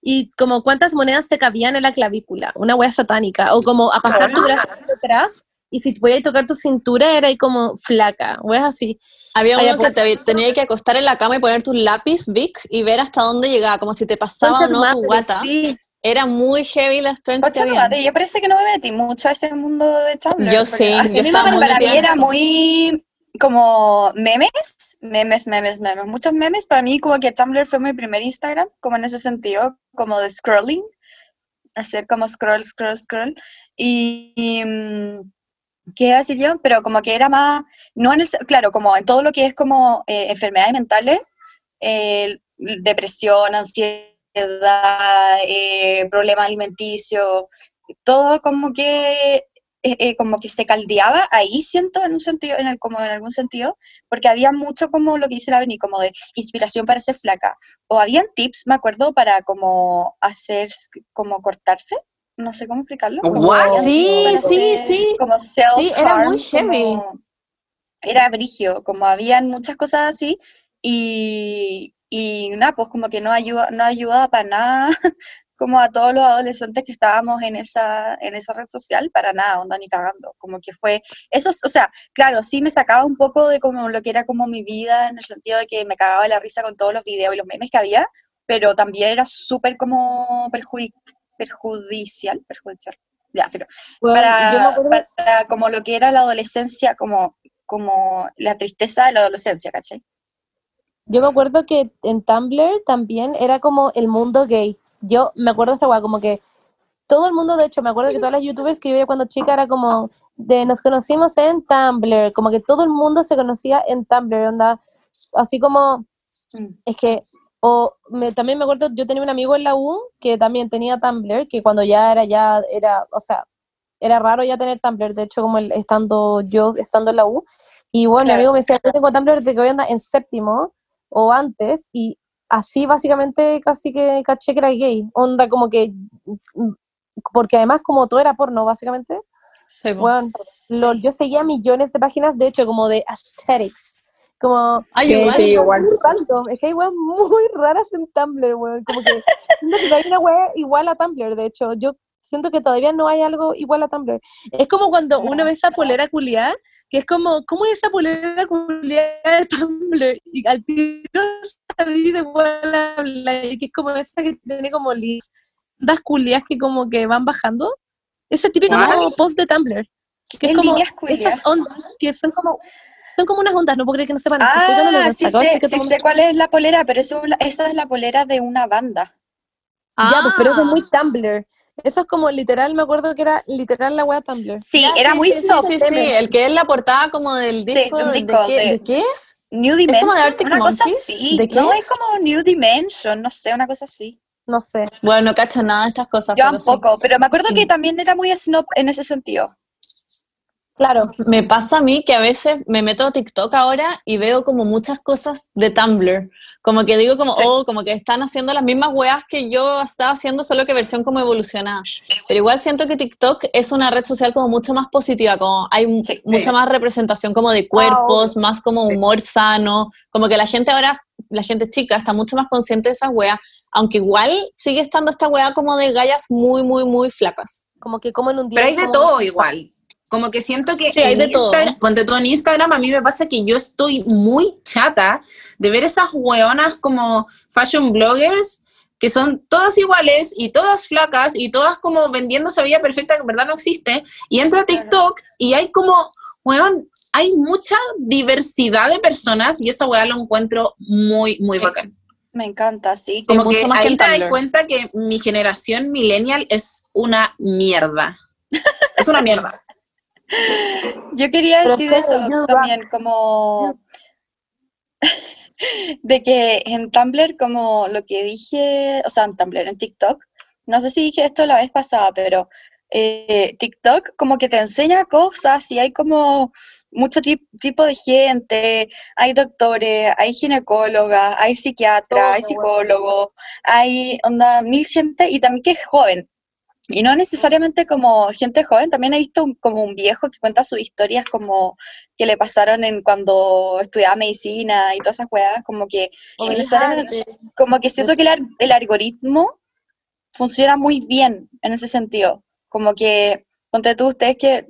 Speaker 1: y como cuántas monedas te cabían en la clavícula, una hueá satánica, o como a pasar tu brazo
Speaker 3: Ah.
Speaker 1: por atrás, y si podías tocar tu cintura era ahí como flaca, hueas así.
Speaker 3: Había
Speaker 1: Ay,
Speaker 3: uno
Speaker 2: pues,
Speaker 3: que te tenía que acostar en la cama y poner tu lápiz Vic y ver hasta dónde llegaba, como si te pasaba
Speaker 1: Concha
Speaker 3: o no
Speaker 1: madre,
Speaker 3: tu guata.
Speaker 1: sí.
Speaker 3: Era muy heavy las trends que
Speaker 2: Concha tu
Speaker 3: había.
Speaker 2: madre, yo parece que no me metí mucho a ese mundo de Tumblr.
Speaker 3: Yo
Speaker 2: porque
Speaker 3: sí,
Speaker 2: a mí
Speaker 3: yo
Speaker 2: me-
Speaker 3: estaba muy
Speaker 2: Para mí
Speaker 3: metida en
Speaker 2: era
Speaker 3: eso.
Speaker 2: muy como memes, memes, memes, memes, muchos memes. Para mí como que Tumblr fue mi primer Instagram, como en ese sentido, como de scrolling, hacer como scroll, scroll, scroll. Y, y, mm, ¿qué iba a decir yo? Pero como que era más, no en el, claro, como en todo lo que es como eh, enfermedades mentales, eh, depresión, ansiedad, eh, problemas alimenticios, todo como que eh, eh, como que se caldeaba ahí siento en un sentido en el, como en algún sentido porque había mucho como lo que dice la Beni como de inspiración para ser flaca o habían tips me acuerdo para como hacer como cortarse no sé cómo explicarlo como
Speaker 4: What?
Speaker 2: habían
Speaker 3: Sí,
Speaker 2: tips para
Speaker 3: sí,
Speaker 2: hacer
Speaker 3: sí.
Speaker 2: como self
Speaker 3: Sí, era muy heavy.
Speaker 2: era brigio como habían muchas cosas así y, y nada, pues como que no ayuda, no ayuda para nada, como a todos los adolescentes que estábamos en esa, en esa red social, para nada, onda ni cagando, como que fue, eso, es- o sea, claro, sí me sacaba un poco de como lo que era como mi vida, en el sentido de que me cagaba de la risa con todos los videos y los memes que había, pero también era súper como perjudi- perjudicial, perjudicial, ya, pero
Speaker 1: Bueno, yo me
Speaker 2: para,
Speaker 1: acuerdo
Speaker 2: para como lo que era la adolescencia, como, como la tristeza de la adolescencia, ¿cachai?
Speaker 1: Yo me acuerdo que en Tumblr también era como el mundo gay. Yo me acuerdo esta weá, como que todo el mundo, de hecho, me acuerdo que todas las youtubers que yo veía cuando chica era como de nos conocimos en Tumblr, como que todo el mundo se conocía en Tumblr, onda, así como
Speaker 2: Mm.
Speaker 1: es que, o me- también me acuerdo, yo tenía un amigo en la U que también tenía Tumblr, que cuando ya era, ya era, o sea, era raro ya tener Tumblr, de hecho, como el- estando yo, estando en la U, y bueno, mi
Speaker 2: Claro.
Speaker 1: amigo me decía, yo tengo Tumblr desde que voy a andar en séptimo, o antes, y así básicamente casi que caché que era gay, onda como que mm, porque además como todo era porno, básicamente,
Speaker 3: Sí, po.
Speaker 1: weón, lol, yo seguía millones de páginas, de hecho, como de aesthetics, como...
Speaker 3: Ay,
Speaker 2: Sí,
Speaker 3: igual.
Speaker 2: sí, Ah, igual.
Speaker 1: Muy random, es que hay weas muy raras en Tumblr, weón, como que siento que no hay una wea igual a Tumblr, de hecho, yo siento que todavía no hay algo igual a Tumblr. Es como cuando uno ve esa polera culiada, que es como, ¿cómo es esa polera culiada de Tumblr? Y al tiro salí de Walla, que es como esa que tiene como lindas culiadas que como que van bajando. Ese típico
Speaker 2: ¿Cuál?
Speaker 1: como post de Tumblr, que es
Speaker 2: Ah. En
Speaker 1: como
Speaker 2: líneas culias.
Speaker 1: esas ondas que son como son como unas ondas, no puedo creer que no sepan. Estoy cagando de
Speaker 2: Ah, sí
Speaker 1: vergüenza, acabo de
Speaker 2: sé,
Speaker 1: decir que
Speaker 2: sí
Speaker 1: todo el
Speaker 2: sé
Speaker 1: mundo-
Speaker 2: cuál es la polera, pero eso, es la- esa es la polera de una banda.
Speaker 1: Ya, pues, pero eso es
Speaker 3: Ah.
Speaker 1: muy Tumblr. Eso es como literal, me acuerdo que era literal la wea Tumblr.
Speaker 2: Sí,
Speaker 3: Ya,
Speaker 2: era
Speaker 3: sí,
Speaker 2: muy
Speaker 3: sí,
Speaker 2: soft.
Speaker 3: Sí, sí, sí, el que es la portada como del disco.
Speaker 2: de un
Speaker 3: ¿de
Speaker 2: disco,
Speaker 3: qué-
Speaker 2: de-
Speaker 3: ¿De qué es?
Speaker 2: New
Speaker 3: como de
Speaker 2: Dimension,
Speaker 3: Arctic
Speaker 2: una cosa
Speaker 3: Monkeys?
Speaker 2: así.
Speaker 3: ¿De qué
Speaker 2: no,
Speaker 3: es?
Speaker 2: es como New Dimension, no sé, una cosa así.
Speaker 1: No sé.
Speaker 3: Bueno, no Mm. cacho nada de estas cosas.
Speaker 2: Yo
Speaker 3: pero sí.
Speaker 2: tampoco, pero me acuerdo que
Speaker 3: Sí.
Speaker 2: también era muy snob en ese sentido.
Speaker 1: Claro.
Speaker 3: Me pasa a mí que a veces me meto a TikTok ahora y veo como muchas cosas de Tumblr. Como que digo como,
Speaker 2: Sí.
Speaker 3: oh, como que están haciendo las mismas weas que yo estaba haciendo, solo que versión como evolucionada. Pero igual siento que TikTok es una red social como mucho más positiva, como hay mu-
Speaker 2: Sí. Ah,
Speaker 3: mucha más representación como de cuerpos, más como humor sano, como que la gente ahora, la gente chica está mucho más consciente de esas weas, aunque igual sigue estando esta wea como de gallas muy, muy, muy flacas.
Speaker 1: Como que como en un día.
Speaker 4: Pero hay de
Speaker 1: como-
Speaker 4: todo igual. Como que siento que
Speaker 3: Sí, hay
Speaker 4: en
Speaker 3: de todo.
Speaker 4: Instagram- ponte tú en Instagram, a mí me pasa que yo estoy muy chata de ver esas hueonas como fashion bloggers que son todas iguales y todas flacas y todas como vendiendo esa vida perfecta que en verdad no existe. Y entro a TikTok y hay como, hueón, hay mucha diversidad de personas y esa hueá lo encuentro muy, muy bacán.
Speaker 2: Me encanta, sí.
Speaker 3: Sí,
Speaker 4: Como
Speaker 3: mucho
Speaker 4: que
Speaker 3: más que
Speaker 4: ahí
Speaker 3: en
Speaker 4: te das
Speaker 3: Tumblr.
Speaker 4: cuenta que mi generación millennial es una mierda. Es una mierda.
Speaker 2: Yo quería
Speaker 1: Pero
Speaker 2: decir
Speaker 1: Fede,
Speaker 2: eso
Speaker 1: you rock.
Speaker 2: también, como de que en Tumblr, como lo que dije, o sea, en Tumblr, en TikTok, no sé si dije esto la vez pasada, pero eh, TikTok como que te enseña cosas y hay como mucho tip- tipo de gente, hay doctores, hay ginecólogas, hay psiquiatras, hay
Speaker 1: Todo, bueno.
Speaker 2: psicólogos, hay onda mil gente y también que es joven. Y no necesariamente como gente joven, también he visto un- como un viejo que cuenta sus historias como que le pasaron en cuando estudiaba medicina y todas esas weas, como que
Speaker 1: como
Speaker 2: sin
Speaker 1: el
Speaker 2: necesariamente-
Speaker 1: arte.
Speaker 2: como que siento que el, ar- el algoritmo funciona muy bien en ese sentido. Como que, ponte tú, ustedes que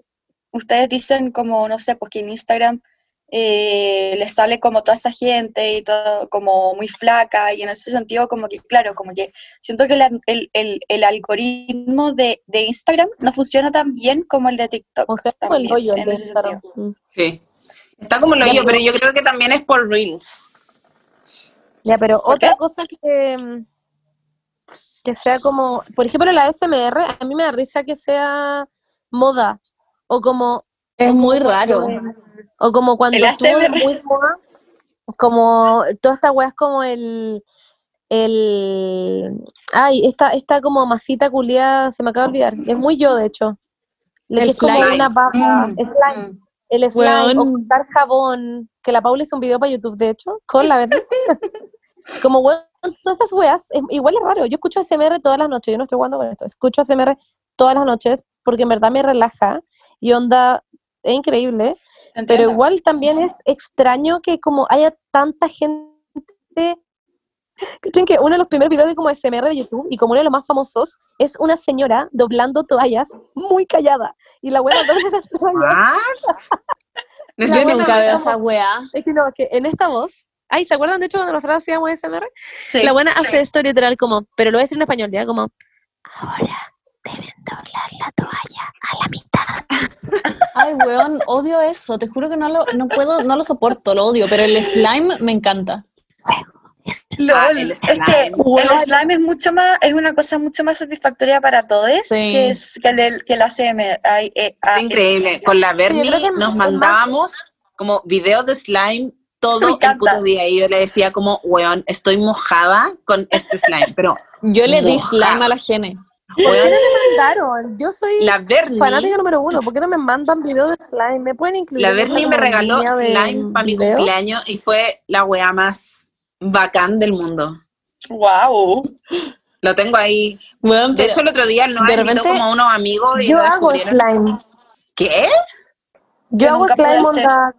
Speaker 2: ustedes dicen como, no sé, pues que en Instagram eh, les sale como toda esa gente y todo como muy flaca y en ese sentido como que, claro, como que siento que el, al- el, el- el algoritmo de, de Instagram no funciona tan bien como el de TikTok.
Speaker 1: Funciona como el
Speaker 2: también,
Speaker 1: hoyo. el
Speaker 2: en
Speaker 1: de
Speaker 2: ese
Speaker 1: Instagram. Mm.
Speaker 4: Sí. Está como lo
Speaker 1: Ya,
Speaker 4: yo,
Speaker 1: pero-
Speaker 4: pero yo creo que también es por Reels.
Speaker 1: Ya, pero
Speaker 2: ¿Por
Speaker 1: otra
Speaker 2: qué?
Speaker 1: cosa que, mm, que sea como, por ejemplo, la SMR, a mí me da risa que sea moda. O como,
Speaker 3: Es muy raro.
Speaker 1: o como cuando
Speaker 2: El
Speaker 1: estuvo de
Speaker 2: ASMR.
Speaker 1: muy de moda, como toda esta weá es como el el ay, esta, esta como masita culiada, se me acaba de olvidar. Es muy yo de hecho. Lo
Speaker 3: El
Speaker 1: que es como
Speaker 3: slime.
Speaker 1: una baba,
Speaker 2: Mm,
Speaker 1: slime.
Speaker 2: mm.
Speaker 1: El slime, o
Speaker 3: Weón.
Speaker 1: cortar jabón, que la Paula hizo un video para YouTube, de hecho, con la verdad. Como weón, todas esas weas, es- igual es raro. Yo escucho ASMR todas las noches, yo no estoy jugando con esto. Escucho ASMR todas las noches porque en verdad me relaja y onda, es increíble. Pero
Speaker 2: Entiendo.
Speaker 1: igual también es extraño que como haya tanta gente. ¿Cachan que uno de los primeros videos de como SMR de YouTube y como uno de los más famosos es una señora doblando toallas muy callada y la abuela dobla las
Speaker 4: Ah.
Speaker 1: toallas.
Speaker 3: Yo
Speaker 1: buena
Speaker 3: nunca
Speaker 1: wea
Speaker 3: veo
Speaker 1: como-
Speaker 3: esa wea.
Speaker 1: Es que no, es que en esta voz. Ay, ¿se acuerdan de hecho cuando nosotros hacíamos SMR?
Speaker 2: Sí.
Speaker 1: La buena hace esto literal como, pero lo voy a decir en español, ya como, ahora deben doblar la toalla a la mitad.
Speaker 3: Ay, weón, odio eso. Te juro que no lo, no puedo, no lo soporto, lo odio. Pero el slime me encanta.
Speaker 4: Ah,
Speaker 2: LOL.
Speaker 4: el
Speaker 2: Es que
Speaker 4: slime.
Speaker 1: Weón.
Speaker 2: el slime es mucho más, es una cosa mucho más satisfactoria para todos
Speaker 3: Sí.
Speaker 2: que es que el, que el ASMR. Ay, eh, ah,
Speaker 4: Está increíble. Con la Bernie
Speaker 1: creo que es
Speaker 4: nos
Speaker 1: más-
Speaker 4: mandábamos como videos de slime
Speaker 2: Me
Speaker 4: todo el
Speaker 2: encanta.
Speaker 4: puto día. Y yo le decía como, weón, estoy mojada con este slime. Pero,
Speaker 3: Yo le di
Speaker 4: Moja.
Speaker 3: slime a la gente.
Speaker 4: weón,
Speaker 1: Mandaron, yo soy
Speaker 4: la Bernie,
Speaker 1: fanática número uno, ¿por qué no me mandan videos de slime? ¿Me pueden incluir?
Speaker 4: la
Speaker 1: en esa
Speaker 4: Bernie me
Speaker 1: como
Speaker 4: regaló
Speaker 1: línea de
Speaker 4: slime para mi
Speaker 1: videos?
Speaker 4: cumpleaños y fue la weá más bacán del mundo.
Speaker 2: wow.
Speaker 4: Lo tengo ahí.
Speaker 3: Weón,
Speaker 4: De
Speaker 3: pero-
Speaker 4: hecho, el otro día no
Speaker 3: de
Speaker 4: invitó
Speaker 3: repente-
Speaker 4: como a unos amigos y
Speaker 1: Yo
Speaker 4: lo
Speaker 1: hago
Speaker 4: descubrieron.
Speaker 1: slime.
Speaker 4: ¿Qué?
Speaker 1: Yo hago
Speaker 2: nunca pude
Speaker 1: slime
Speaker 2: hacer.
Speaker 1: onda.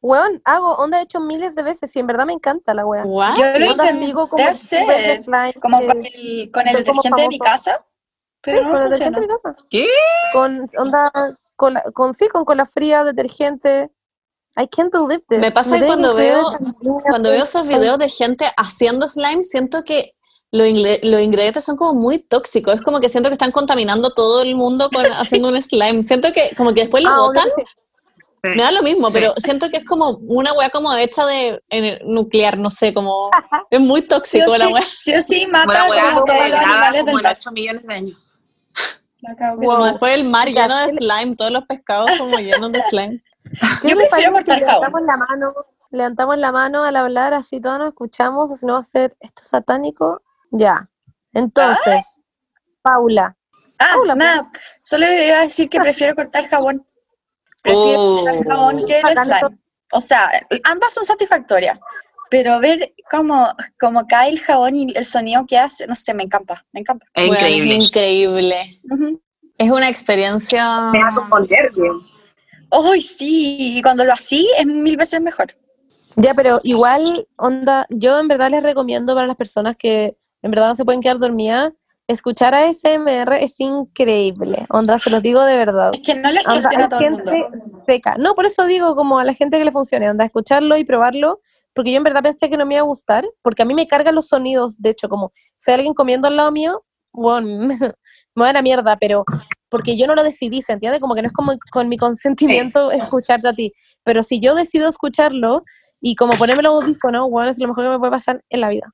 Speaker 1: Weón, hago onda he hecho miles de veces y en verdad me encanta la wea.
Speaker 3: ¿What?
Speaker 2: Yo lo
Speaker 1: Onda,
Speaker 2: intenté
Speaker 1: sigo como
Speaker 2: hacer,
Speaker 1: tubos de slime
Speaker 2: como
Speaker 1: que-
Speaker 2: con el, con el
Speaker 1: son como
Speaker 2: detergente de mi
Speaker 1: famosos.
Speaker 2: casa,
Speaker 1: Sí,
Speaker 2: pero
Speaker 1: con
Speaker 2: no
Speaker 1: el detergente de mi
Speaker 2: funcionó.
Speaker 1: casa.
Speaker 4: ¿Qué?
Speaker 1: Con onda, cola- con sí, con cola fría, detergente. I can't believe this.
Speaker 3: Me pasa que
Speaker 1: They
Speaker 3: cuando veo-
Speaker 1: created slime
Speaker 3: Cuando veo
Speaker 1: with
Speaker 3: esos
Speaker 1: slime.
Speaker 3: videos de gente haciendo slime, siento que los, ingle- los ingredientes son como muy tóxicos. Es como que siento que están contaminando todo el mundo con, haciendo un slime. Siento que como que después lo
Speaker 1: Ah, obvio
Speaker 3: botan.
Speaker 1: que sí.
Speaker 3: Me da lo mismo,
Speaker 4: Sí.
Speaker 3: pero siento que es como una weá como hecha de en- nuclear, no sé, como es muy
Speaker 2: Sí
Speaker 3: tóxico
Speaker 2: o
Speaker 3: la
Speaker 2: sí,
Speaker 3: weá.
Speaker 2: sí o sí,
Speaker 4: Bueno,
Speaker 2: mata
Speaker 4: weá,
Speaker 2: como todos los
Speaker 4: degrada
Speaker 2: animales
Speaker 4: como
Speaker 2: del
Speaker 4: en
Speaker 2: mar.
Speaker 4: 8 millones de años.
Speaker 2: La cago que
Speaker 3: Como
Speaker 2: sí.
Speaker 3: después el mar lleno de slime, todos los pescados como llenos de slime.
Speaker 1: ¿Qué
Speaker 2: Yo
Speaker 1: les
Speaker 2: prefiero
Speaker 1: parece si
Speaker 2: cortar jabón.
Speaker 1: levantamos la mano, levantamos la mano al hablar, así todos nos escuchamos, así no va a ser esto es satánico. Ya. Entonces, Paula,
Speaker 2: Ah,
Speaker 1: Paula,
Speaker 2: nada, solo iba a decir que prefiero cortar jabón. Prefiero
Speaker 4: Oh.
Speaker 2: cortar jabón que el
Speaker 1: Bacán,
Speaker 2: slime. O sea, ambas son satisfactorias, pero ver cómo, cómo cae el jabón y el sonido que hace, no sé, me encanta, me encanta.
Speaker 4: Es
Speaker 3: Weón, es
Speaker 4: increíble.
Speaker 3: increíble.
Speaker 2: Ujú.
Speaker 3: Es una experiencia.
Speaker 4: Me da como nervio.
Speaker 2: ¡Ay, sí! Y cuando lo así es mil veces mejor.
Speaker 1: Ya, pero igual, onda, yo en verdad les recomiendo para las personas que en verdad no se pueden quedar dormidas, escuchar a ASMR es increíble, onda, se los digo de verdad.
Speaker 2: Es que no les
Speaker 1: Onda,
Speaker 2: funciona a todo
Speaker 1: hay
Speaker 2: el mundo.
Speaker 1: gente seca. No, por eso digo como a la gente que le funcione, onda, escucharlo y probarlo, porque yo en verdad pensé que no me iba a gustar, porque a mí me cargan los sonidos, de hecho, como si hay alguien comiendo al lado mío, bueno, me voy a la mierda, pero porque yo no lo decidí, ¿se entiende? Como que no es como con mi consentimiento escucharte a ti, pero si yo decido escucharlo y como ponerme los audífonos, bueno, es lo mejor que me puede pasar en la vida.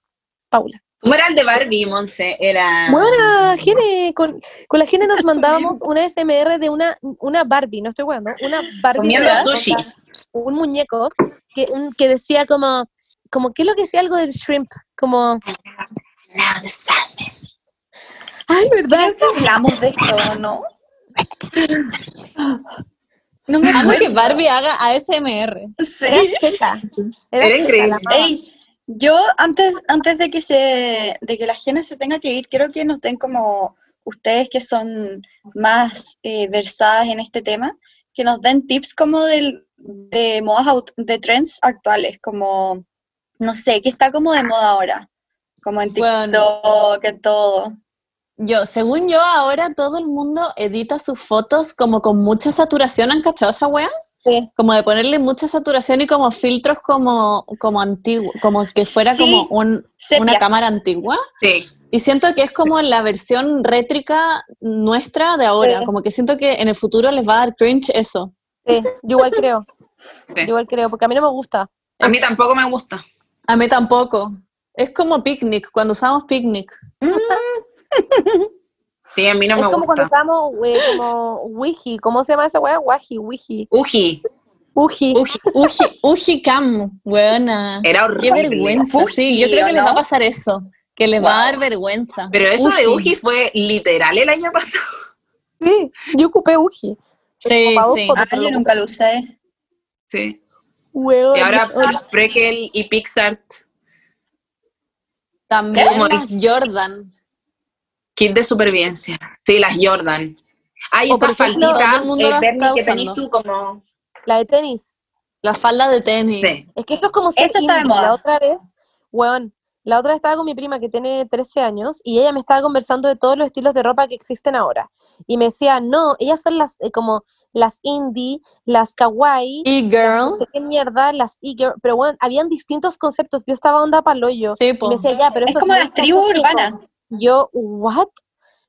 Speaker 1: Paula.
Speaker 4: ¿Cómo era el de Barbie, Monse? Era... Ah.
Speaker 1: Bueno, Gene, con, con la Gene nos mandábamos una SMR de una, una Barbie, no estoy jugando, una Barbie.
Speaker 4: Comiendo
Speaker 1: real,
Speaker 4: sushi.
Speaker 1: o sea, Un muñeco que, un- que decía como, como, ¿qué es lo que decía algo del shrimp? Como,
Speaker 4: Now the salmon.
Speaker 1: ay, ¿verdad?
Speaker 2: Creo que hablamos de esto, ¿no? No me
Speaker 3: Amo que
Speaker 2: acuerdo.
Speaker 3: Barbie haga ASMR.
Speaker 1: Era
Speaker 2: Sí.
Speaker 1: seca. Era,
Speaker 4: Era
Speaker 1: seca,
Speaker 4: increíble.
Speaker 3: Ah.
Speaker 1: la amaba.
Speaker 2: Ey, yo antes, antes de que se, de que la gente se tenga que ir, creo que nos den como ustedes que son más eh, versadas en este tema, que nos den tips como del, de modas aut- de trends actuales, como no sé, que está como de moda ahora, como en
Speaker 3: Bueno.
Speaker 2: TikTok, en todo.
Speaker 3: Yo, según yo, ahora todo el mundo edita sus fotos como con mucha saturación, ¿han cachado esa wea?
Speaker 1: Sí.
Speaker 3: Como de ponerle mucha saturación y como filtros como, como antiguo, como que fuera
Speaker 2: Sí,
Speaker 3: como un- una
Speaker 2: Sepia.
Speaker 3: cámara antigua.
Speaker 4: Sí.
Speaker 3: Y siento que es como la versión rétrica nuestra de ahora,
Speaker 1: Sí.
Speaker 3: como que siento que en el futuro les va a dar cringe eso.
Speaker 1: Sí, yo igual creo.
Speaker 4: Sí.
Speaker 1: Yo igual creo, porque a mí no me gusta.
Speaker 4: A mí tampoco me gusta.
Speaker 3: A mí tampoco. Es como picnic, cuando usamos picnic.
Speaker 4: Sí, a mí no
Speaker 1: es
Speaker 4: me
Speaker 1: como cuando
Speaker 4: gusta.
Speaker 1: estábamos eh, como wiji, ¿cómo se llama esa weá? Waji, wiji,
Speaker 4: Uji.
Speaker 1: uji.
Speaker 4: Uji.
Speaker 3: Uji, Ujicam, weona.
Speaker 4: Era
Speaker 3: Qué
Speaker 4: horrible.
Speaker 3: vergüenza.
Speaker 2: Uji,
Speaker 3: sí, yo creo
Speaker 2: ¿o
Speaker 3: que les va a
Speaker 2: no?
Speaker 3: pasar eso. Que les va a dar
Speaker 2: Wow.
Speaker 3: vergüenza.
Speaker 4: Pero eso de
Speaker 3: Uji.
Speaker 4: Uji fue literal el año pasado.
Speaker 1: Sí, yo ocupé uji.
Speaker 3: Sí,
Speaker 1: Como pa'
Speaker 3: sí.
Speaker 1: vos,
Speaker 2: Ah, yo nunca lo usé.
Speaker 4: Sí.
Speaker 1: Weón,
Speaker 4: Y ahora
Speaker 1: Eh,
Speaker 4: Prequel y Pixar,
Speaker 3: También
Speaker 4: ¿Cómo
Speaker 3: las Jordan.
Speaker 4: kit de supervivencia. Sí, las Jordan. Hay
Speaker 3: O,
Speaker 4: esa
Speaker 3: por ejemplo, todo
Speaker 4: faldita,
Speaker 3: el mundo
Speaker 4: eh,
Speaker 3: las
Speaker 4: Bernie,
Speaker 3: está
Speaker 4: que tenés
Speaker 3: usando.
Speaker 4: tú como...
Speaker 1: la de tenis.
Speaker 3: La falda de tenis.
Speaker 4: Sí.
Speaker 1: Es que eso es como ser
Speaker 2: Eso está de
Speaker 1: indie.
Speaker 2: moda.
Speaker 1: La otra vez, weón, la otra vez estaba con mi prima que tiene 13 años y ella me estaba conversando de todos los estilos de ropa que existen ahora. Y me decía, no, ellas son las eh, como las indie, las kawaii,
Speaker 3: Y
Speaker 1: no
Speaker 3: girl.
Speaker 1: sé qué mierda, las e-girl, pero bueno, habían distintos conceptos. Yo estaba onda paloyo.
Speaker 3: Sí,
Speaker 1: Y
Speaker 3: po.
Speaker 1: me decía, ya, pero
Speaker 2: Es
Speaker 1: eso
Speaker 2: como
Speaker 1: no
Speaker 2: las tribus
Speaker 1: concepto".
Speaker 2: urbanas.
Speaker 1: Y Yo, what?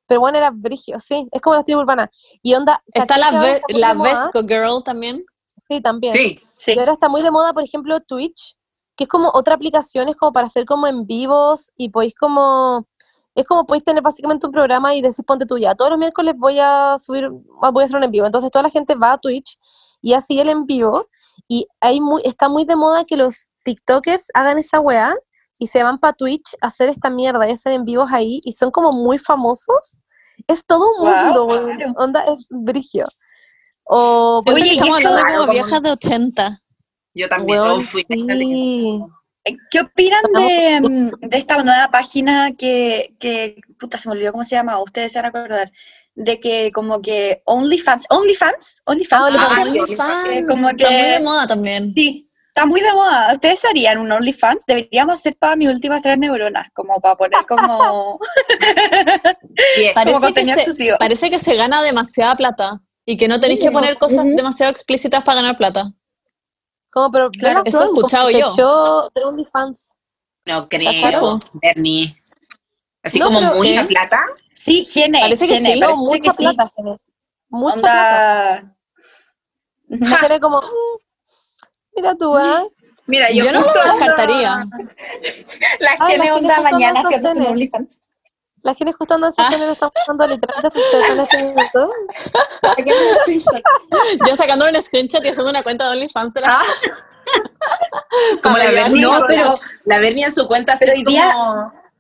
Speaker 1: Pero bueno, era brigio, sí, es como las tribus urbanas. Y onda,
Speaker 3: Está
Speaker 1: ¿cachai
Speaker 3: la,
Speaker 1: que ahora
Speaker 3: ve-
Speaker 1: está muy
Speaker 3: la
Speaker 1: de moda?
Speaker 3: Vesco Girl también.
Speaker 1: Sí, también.
Speaker 4: Sí.
Speaker 2: Sí.
Speaker 1: Y ahora está muy de moda, por ejemplo, Twitch, que es como otra aplicación, es como para hacer como en vivos y podéis como, es como podéis tener básicamente un programa y decís, ponte tú ya, todos los miércoles voy a subir, ah, voy a hacer un en vivo. Entonces toda la gente va a Twitch y así el en vivo y hay muy, está muy de moda que los TikTokers hagan esa weá y se van para Twitch a hacer esta mierda y hacen en vivos ahí y son como muy famosos. Es todo un
Speaker 2: Guau,
Speaker 1: mundo, weón.
Speaker 2: claro.
Speaker 1: onda es brigio. O, por
Speaker 3: Siento
Speaker 2: Oye,
Speaker 3: que
Speaker 2: y
Speaker 3: estamos
Speaker 2: eso-
Speaker 3: hablando
Speaker 4: claro,
Speaker 3: como
Speaker 4: como-
Speaker 3: viejas de 80.
Speaker 4: Yo también.
Speaker 1: Weón,
Speaker 4: oh, fui.
Speaker 1: sí.
Speaker 2: ¿Qué opinan de, mm, de esta nueva página que, que, puta, se me olvidó cómo se llama, ustedes se van a acordar, de que como que OnlyFans, OnlyFans, OnlyFans,
Speaker 3: Ah,
Speaker 2: sí,
Speaker 3: OnlyFans.
Speaker 2: eh, como
Speaker 3: Está muy de
Speaker 2: que-
Speaker 3: moda también.
Speaker 2: sí, está muy de moda, ¿ustedes harían un OnlyFans? Deberíamos hacer para mis últimas tres neuronas, como para poner como, como
Speaker 4: Yes.
Speaker 3: Parece que,
Speaker 2: contenido
Speaker 3: se,
Speaker 2: exclusivo.
Speaker 3: parece que se gana demasiada plata y que no tenéis que poner cosas demasiado explícitas para ganar plata.
Speaker 1: Como, pero
Speaker 2: Claro,
Speaker 1: Bella
Speaker 3: eso he
Speaker 1: Thorne, como
Speaker 3: escuchado
Speaker 1: que se
Speaker 3: yo.
Speaker 1: echó de OnlyFans.
Speaker 4: No
Speaker 3: Claro.
Speaker 4: creo, Bernie. Así
Speaker 1: No,
Speaker 4: como
Speaker 1: pero-
Speaker 4: mucha
Speaker 3: ¿Qué?
Speaker 4: plata.
Speaker 2: Sí, E, Gene,
Speaker 3: Parece que
Speaker 2: Gene,
Speaker 3: sí,
Speaker 2: parece
Speaker 1: Mucha
Speaker 2: que sí.
Speaker 1: plata, Gene. Mucha plata.
Speaker 2: Onda...
Speaker 1: Y
Speaker 2: Ja,
Speaker 1: Gene como, mm, mira tú,
Speaker 2: Mm.
Speaker 1: ¿ah?
Speaker 4: Mira, yo,
Speaker 3: Yo no lo
Speaker 4: justo ando-
Speaker 3: descartaría.
Speaker 2: La
Speaker 1: Ay,
Speaker 2: Gene
Speaker 1: la Gene
Speaker 2: E onda
Speaker 1: justo
Speaker 2: mañana
Speaker 1: no
Speaker 2: haciendo su
Speaker 1: sostiene.
Speaker 2: OnlyFans.
Speaker 1: La gente justo anda en su
Speaker 3: Ah.
Speaker 1: género, está mostrando literalmente sus tetas en este minuto.
Speaker 2: Saquemos E un screenshot.
Speaker 3: Yo sacando un screenshot y haciendo una cuenta de OnlyFans. de la-
Speaker 4: Ah. Como la
Speaker 3: Para
Speaker 4: Bernie,
Speaker 3: llevar-
Speaker 2: no,
Speaker 4: con la-
Speaker 2: pero-
Speaker 4: la Bernie en su cuenta hace
Speaker 2: Pero hoy
Speaker 4: como
Speaker 2: día-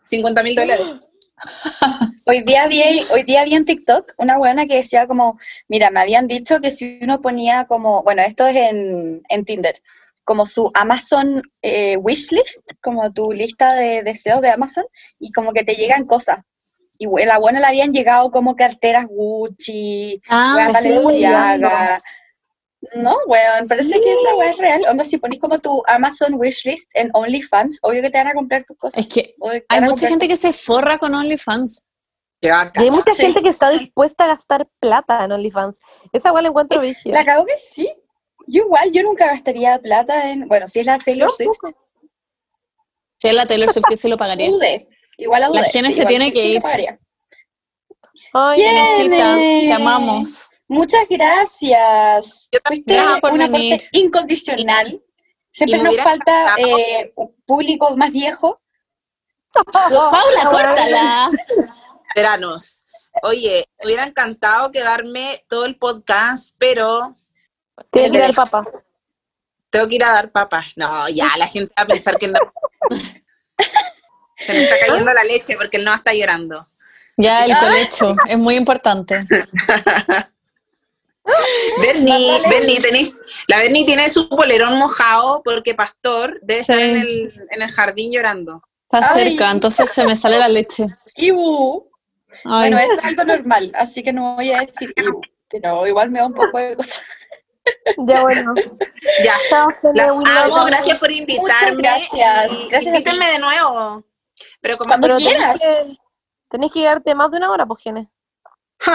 Speaker 4: 50 mil dólares.
Speaker 2: Hoy día, vi, hoy día vi en TikTok una buena que decía como, mira, me habían dicho que si uno ponía como, bueno, esto es en, en Tinder, como su Amazon eh, wishlist, como tu lista de deseos de Amazon, y como que te llegan cosas. Y we- la buena le habían llegado como carteras Gucci,
Speaker 3: Ah,
Speaker 2: weas
Speaker 1: sí,
Speaker 2: Balenciaga. No, weón, parece que esa wea es real. Onda, si pones como tu Amazon wishlist en OnlyFans, obvio que te van a comprar tus cosas.
Speaker 3: es que
Speaker 2: obvio que te
Speaker 3: hay
Speaker 2: van a
Speaker 3: mucha
Speaker 2: comprar
Speaker 3: gente que se forra con OnlyFans.
Speaker 4: Qué
Speaker 1: Y hay
Speaker 4: bacán.
Speaker 1: mucha
Speaker 2: Sí.
Speaker 1: gente que está dispuesta a gastar plata en OnlyFans. Esa igual la encuentro vigia.
Speaker 2: La cago que sí. Yo igual, yo nunca gastaría plata en... Bueno, si es la Taylor Swift,
Speaker 3: Si es la Taylor Swift, yo sí lo
Speaker 2: la
Speaker 3: pagaría.
Speaker 2: dudé. Igual la dudé.
Speaker 3: La Gene se
Speaker 2: igual
Speaker 3: tiene
Speaker 2: sí,
Speaker 3: que
Speaker 2: sí la
Speaker 3: ir.
Speaker 2: pagaría.
Speaker 1: Ay,
Speaker 2: ¿Quién?
Speaker 3: Genesita, te
Speaker 2: Gene.
Speaker 3: amamos.
Speaker 2: Muchas gracias.
Speaker 4: Yo
Speaker 2: Fuiste
Speaker 4: también.
Speaker 3: Gracias por
Speaker 2: un
Speaker 3: venir.
Speaker 2: aporte incondicional. Siempre
Speaker 4: me
Speaker 2: nos
Speaker 4: hubiera
Speaker 2: falta
Speaker 4: encantado.
Speaker 2: eh, un público más viejo. Oh,
Speaker 3: Paula, córtala.
Speaker 4: Veranos. Oye, me hubiera encantado quedarme todo el podcast, pero
Speaker 1: tiene que ir al papá.
Speaker 4: tengo que ir a dar papas. No, ya, la gente va a pensar que no. Se me está cayendo la leche porque no está llorando.
Speaker 3: Ya, el colecho es muy importante.
Speaker 4: Bernie,
Speaker 2: Mándale.
Speaker 4: Bernie, tenés, la Bernie tiene su polerón mojado porque Pastor debe estar
Speaker 3: Sí.
Speaker 4: en el, en el jardín llorando.
Speaker 3: Está
Speaker 2: Ay.
Speaker 3: cerca, entonces se me sale la leche.
Speaker 2: Iu.
Speaker 3: Ay.
Speaker 2: uh, Bueno, es algo normal, así que no voy a decir iu, pero igual me da un poco de cosa.
Speaker 1: Ya bueno.
Speaker 4: Ya,
Speaker 1: Chao, Gene.
Speaker 4: las
Speaker 1: we love
Speaker 4: amo,
Speaker 1: you.
Speaker 4: gracias por
Speaker 2: Muchas
Speaker 4: invitarme.
Speaker 2: gracias.
Speaker 4: Y
Speaker 2: Gracias a ti.
Speaker 4: Invítenme de nuevo. Pero como
Speaker 2: Cuando
Speaker 1: Pero tenés
Speaker 2: quieras.
Speaker 1: que, tenés que llegarte más de una hora, pues, Gene.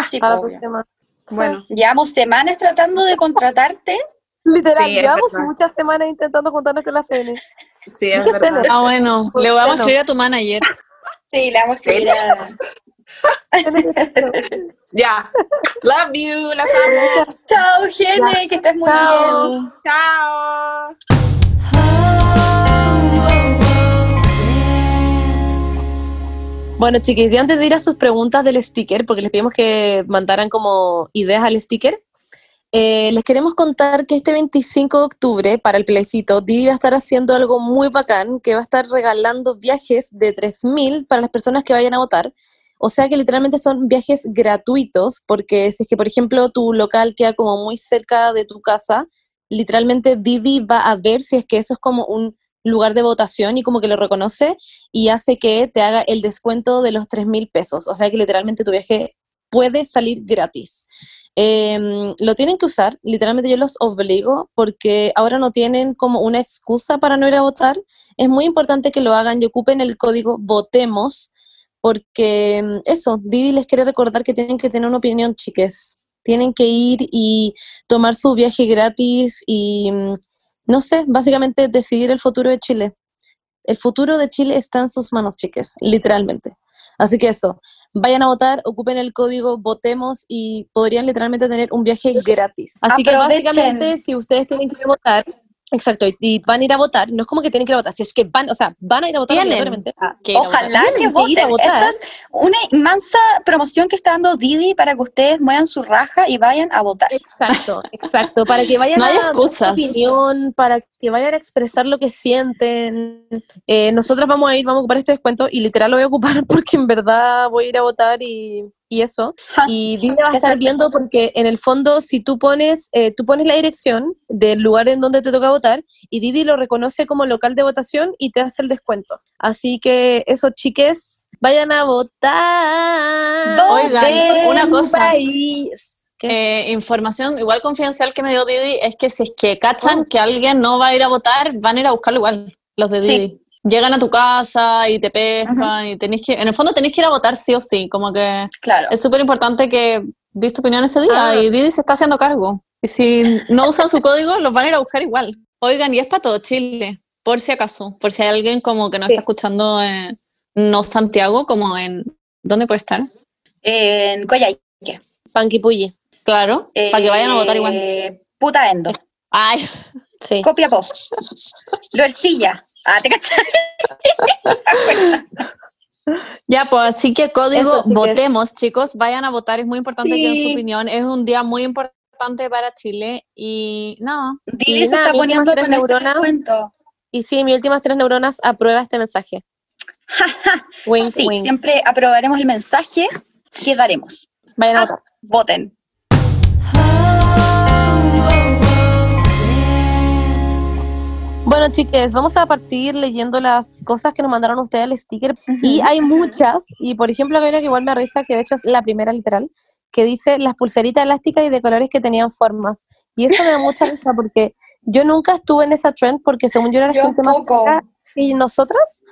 Speaker 2: Sí,
Speaker 1: A Ah, la
Speaker 2: obvio.
Speaker 1: próxima.
Speaker 4: Bueno,
Speaker 2: Llevamos semanas tratando de contratarte.
Speaker 1: Literal,
Speaker 4: Sí, es
Speaker 1: llevamos
Speaker 4: verdad.
Speaker 1: muchas semanas intentando juntarnos con la Fene.
Speaker 4: sí, es
Speaker 1: Muchas
Speaker 4: verdad.
Speaker 1: gracias.
Speaker 3: Ah, bueno, le vamos a
Speaker 1: Bueno.
Speaker 3: escribir a tu manager.
Speaker 2: Sí, la vamos a escribir a-
Speaker 4: Ya. Love you, las amo.
Speaker 2: Chao, Gene, que estés muy bien.
Speaker 1: Chao.
Speaker 4: Chao.
Speaker 1: Bueno, chiquis, y antes de ir a sus preguntas del sticker, porque les pedimos que mandaran como ideas al sticker, eh, les queremos contar que este 25 de octubre, para el plebiscito, Didi va a estar haciendo algo muy bacán, que va a estar regalando viajes de 3.000 para las personas que vayan a votar. O sea que literalmente son viajes gratuitos, porque si es que, por ejemplo, tu local queda como muy cerca de tu casa, literalmente Didi va a ver si es que eso es como un lugar de votación y como que lo reconoce y hace que te haga el descuento de los 3 mil pesos. O sea que literalmente tu viaje puede salir gratis. Em, lo tienen que usar, literalmente yo los obligo porque ahora no tienen como una excusa para no ir a votar. Es muy importante que lo hagan y ocupen el código VOTEMOS porque em, eso, Didi les quiere recordar que tienen que tener una opinión, chiques. Tienen que ir y tomar su viaje gratis y, mm, no sé, básicamente decidir el futuro de Chile el futuro de Chile está en sus manos, chiques, literalmente. Así que eso, vayan a votar, ocupen el código, votemos y podrían literalmente tener un viaje gratis. Así
Speaker 2: Aprovechen.
Speaker 1: que básicamente, si ustedes tienen que ir a votar, exacto, y, y van a ir a votar, no es como que tienen que ir a votar, si es que van, o sea, van a ir a votar
Speaker 3: Tienen.
Speaker 1: obligatoriamente. Ah,
Speaker 3: Que ir a votar.
Speaker 2: Ojalá
Speaker 1: votar.
Speaker 2: que
Speaker 1: Tienen que ir a
Speaker 2: voten.
Speaker 1: votar.
Speaker 2: Esto es una mansa promoción que está dando Didi para que ustedes muevan su raja y vayan a votar.
Speaker 1: Exacto, exacto, para que vayan
Speaker 3: No hay
Speaker 1: a dar su
Speaker 3: excusas.
Speaker 1: opinión, para que vayan a expresar lo que sienten. Eh, nosotras vamos a ir, vamos a ocupar este descuento y literal lo voy a ocupar porque en verdad voy a ir a votar y y eso. Y Dina va a estar viendo porque en el fondo si tú pones, eh, tú pones la dirección del lugar en donde te toca votar y Didi lo reconoce como local de votación y te hace el descuento. Así que eso, chiques, vayan a votar.
Speaker 3: Oigan, una cosa.
Speaker 1: País. ¿Qué?
Speaker 3: Eh, información igual confidencial que me dio Didi es que si es que cachan que alguien no va a ir a votar, van a ir a buscarlo igual, los de
Speaker 2: Sí.
Speaker 3: Didi. Llegan a tu casa y te pescan y tenés que, en el fondo tenés que ir a votar sí o sí, como que
Speaker 2: Claro.
Speaker 3: es súper importante que dis tu opinión ese día
Speaker 1: Ah.
Speaker 3: y Didi se está haciendo cargo. Y si no usan su código, los van a ir a buscar igual. Oigan, y es para todo Chile, por si acaso, por si hay alguien como que nos
Speaker 1: Sí.
Speaker 3: está escuchando, en, no Santiago, como en, ¿dónde puede estar?
Speaker 2: En Coyhaique.
Speaker 1: Panquipulli.
Speaker 3: Claro, para que vayan a votar igual.
Speaker 2: Eh, Puta Endo.
Speaker 3: Ay,
Speaker 1: Sí.
Speaker 2: Copiapó. Luercilla. Ah, ¿te cachai?
Speaker 3: Ya, pues así que código
Speaker 1: Eso, chicas.
Speaker 3: votemos, chicos. Vayan a votar, es muy importante que den su
Speaker 2: Sí.
Speaker 3: opinión. Es un día muy importante para Chile y nada.
Speaker 2: Dile se
Speaker 1: nada,
Speaker 2: está
Speaker 1: mis últimas
Speaker 2: poniendo
Speaker 1: tres
Speaker 2: con este
Speaker 1: neuronas.
Speaker 2: descuento.
Speaker 1: Y sí, mis últimas tres neuronas aprueba este mensaje. Wink,
Speaker 2: Sí,
Speaker 1: wink.
Speaker 2: siempre aprobaremos el mensaje que daremos.
Speaker 1: Vayan a
Speaker 2: Ah,
Speaker 1: votar.
Speaker 2: voten.
Speaker 1: Bueno, chiques, vamos a partir leyendo las cosas que nos mandaron ustedes al sticker. Y hay muchas, y por ejemplo, hay una que igual me da risa, que de hecho es la primera literal, que dice las pulseritas elásticas y de colores que tenían formas. Y eso me da mucha risa porque yo nunca estuve en esa trend porque según yo era la
Speaker 2: Yo
Speaker 1: gente más
Speaker 2: tampoco.
Speaker 1: chica y nosotras,